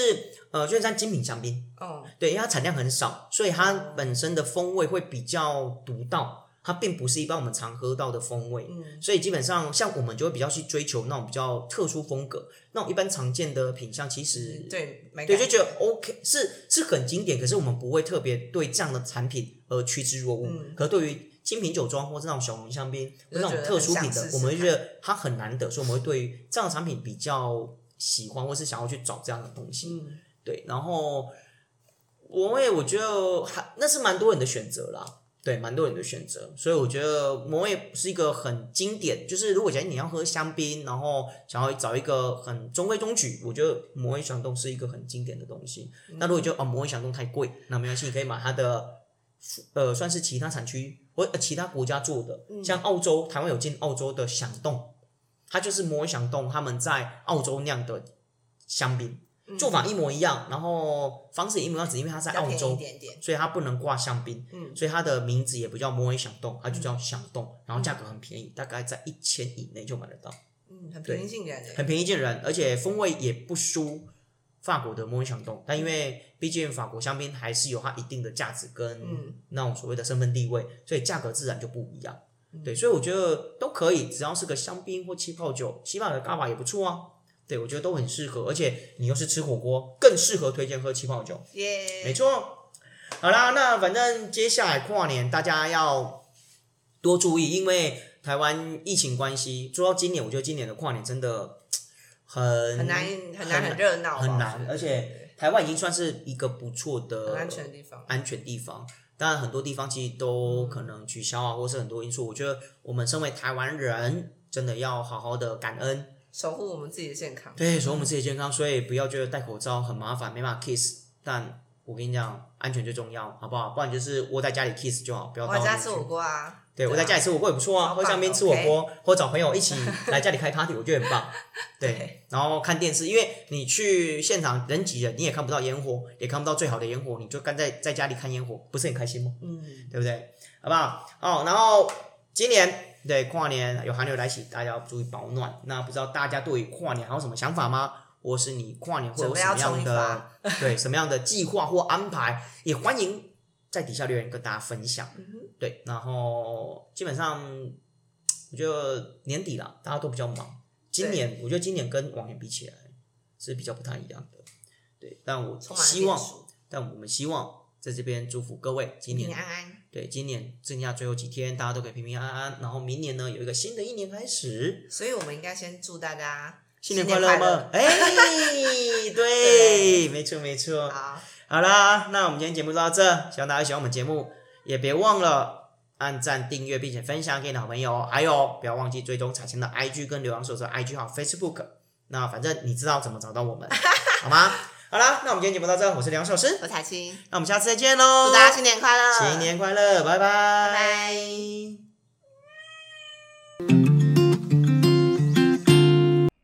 Speaker 2: 呃，就是像精品香槟，
Speaker 1: 嗯，
Speaker 2: 对，因为它产量很少，所以它本身的风味会比较独到，它并不是一般我们常喝到的风味。
Speaker 1: 嗯
Speaker 2: 所以基本上像我们就会比较去追求那种比较特殊风格，那种一般常见的品相其实
Speaker 1: 嗯对，没
Speaker 2: 对
Speaker 1: 感
Speaker 2: 就觉得 OK 是是很经典，可是我们不会特别对这样的产品而趋之若鹜。
Speaker 1: 嗯
Speaker 2: 可对于精品酒庄或是那种小农香槟或
Speaker 1: 就
Speaker 2: 那
Speaker 1: 觉
Speaker 2: 种
Speaker 1: 得
Speaker 2: 特
Speaker 1: 很
Speaker 2: 殊
Speaker 1: 想
Speaker 2: 品的
Speaker 1: 试，试
Speaker 2: 我们会觉得它很难得，所以我们会对于这样的产品比较喜欢，或是想要去找这样的东西。
Speaker 1: 嗯，
Speaker 2: 对，然后我也我觉得还那是蛮多人的选择啦，对，蛮多人的选择，所以我觉得魔也是一个很经典，就是如果假如你要喝香槟，然后想要找一个很中规中矩，我觉得魔也响动是一个很经典的东西。那如果就哦魔也响动太贵，那没关系，你可以买它的呃算是其他产区或、呃、其他国家做的，像澳洲，台湾有进澳洲的响动，它就是魔也响动他们在澳洲酿的香槟。
Speaker 1: 嗯
Speaker 2: 做法一模一样，然后方式也一模一样，只因为它在
Speaker 1: 比较
Speaker 2: 澳
Speaker 1: 便宜一
Speaker 2: 洲，
Speaker 1: 点点，
Speaker 2: 所以它不能挂香槟，
Speaker 1: 嗯
Speaker 2: 所以它的名字也不叫摩耶响动，它就叫响动，然后价格很便宜，大概在一千以内就买得到，
Speaker 1: 嗯，很平易近人诶。
Speaker 2: 很便宜见人，而且风味也不输法国的摩耶响动，但因为毕竟法国香槟还是有它一定的价值跟
Speaker 1: 嗯
Speaker 2: 那种所谓的身份地位，所以价格自然就不一样。
Speaker 1: 嗯
Speaker 2: 对，所以我觉得都可以，只要是个香槟或气泡酒，起码的嘎巴也不错啊。对，我觉得都很适合，而且你又是吃火锅，更适合推荐喝气泡酒。没
Speaker 1: 耶，
Speaker 2: 错。好啦，那反正接下来跨年大家要多注意，因为台湾疫情关系，说到今年，我觉得今年的跨年真的很
Speaker 1: 很难很难很热闹吧，
Speaker 2: 很
Speaker 1: 我觉
Speaker 2: 难，
Speaker 1: 得
Speaker 2: 而且呃台湾已经算是一个不错的
Speaker 1: 很安全的地方。
Speaker 2: 安全地方。当然，很多地方其实都可能取消啊，或是很多因素。我觉得我们身为台湾人，真的要好好的感恩，
Speaker 1: 守护我们自己的健康。
Speaker 2: 对，守护我们自己的健康，所以不要觉得戴口罩很麻烦，没办法 kiss。但我跟你讲，安全最重要，好不好？不然就是窝在家里 kiss 就好，不要到
Speaker 1: 我家
Speaker 2: 外面
Speaker 1: 吃
Speaker 2: 去。
Speaker 1: 火锅啊，
Speaker 2: 对，我在家里吃火锅也不错啊，
Speaker 1: 超
Speaker 2: 或
Speaker 1: 棒
Speaker 2: 上边吃火锅，或找朋友一起来家里开 party，我觉得 很棒。对
Speaker 1: 对，
Speaker 2: 然后看电视，因为你去现场人挤人，你也看不到烟火，也看不到最好的烟火，你就干在在家里看烟火，不是很开心吗？
Speaker 1: 嗯，
Speaker 2: 对不对？好不好？哦，然后今年对跨年有寒流来袭，大家要注意保暖。那不知道大家对于跨年还有什么想法吗？或是你跨年会有什么样
Speaker 1: 准备要冲
Speaker 2: 的 对什么样的计划或安排？也欢迎在底下留言跟大家分享。
Speaker 1: 嗯
Speaker 2: 对，然后基本上我觉得年底啦，大家都比较忙。今年我觉得今年跟往年比起来是比较不太一样的。对，但我
Speaker 1: 充满了
Speaker 2: 希望
Speaker 1: 变，数
Speaker 2: 但我们希望在这边祝福各位今
Speaker 1: 平
Speaker 2: 年
Speaker 1: 平安安，
Speaker 2: 对，今年剩下最后几天，大家都可以平平安安。然后明年呢，有一个新的一年开始，
Speaker 1: 所以我们应该先祝大家
Speaker 2: 新
Speaker 1: 年
Speaker 2: 快乐吗？哎，对，
Speaker 1: 对
Speaker 2: 没错没
Speaker 1: 快乐
Speaker 2: 错。
Speaker 1: 好，
Speaker 2: 好啦，那我们今天节目就到这，希望大家喜欢我们节目，也别忘了按赞、订阅，并且分享给你的好朋友哦。还有，不要忘记追踪彩青的 IG 跟流浪手册 IG 号 Facebook。那反正你知道怎么找到 我们，好吗？好啦，那我们今天节目到这，我是梁小诗，
Speaker 1: 我彩青，
Speaker 2: 那我们下次再见喽，
Speaker 1: 祝大家新年快乐，
Speaker 2: 新年快乐，拜拜
Speaker 1: 拜拜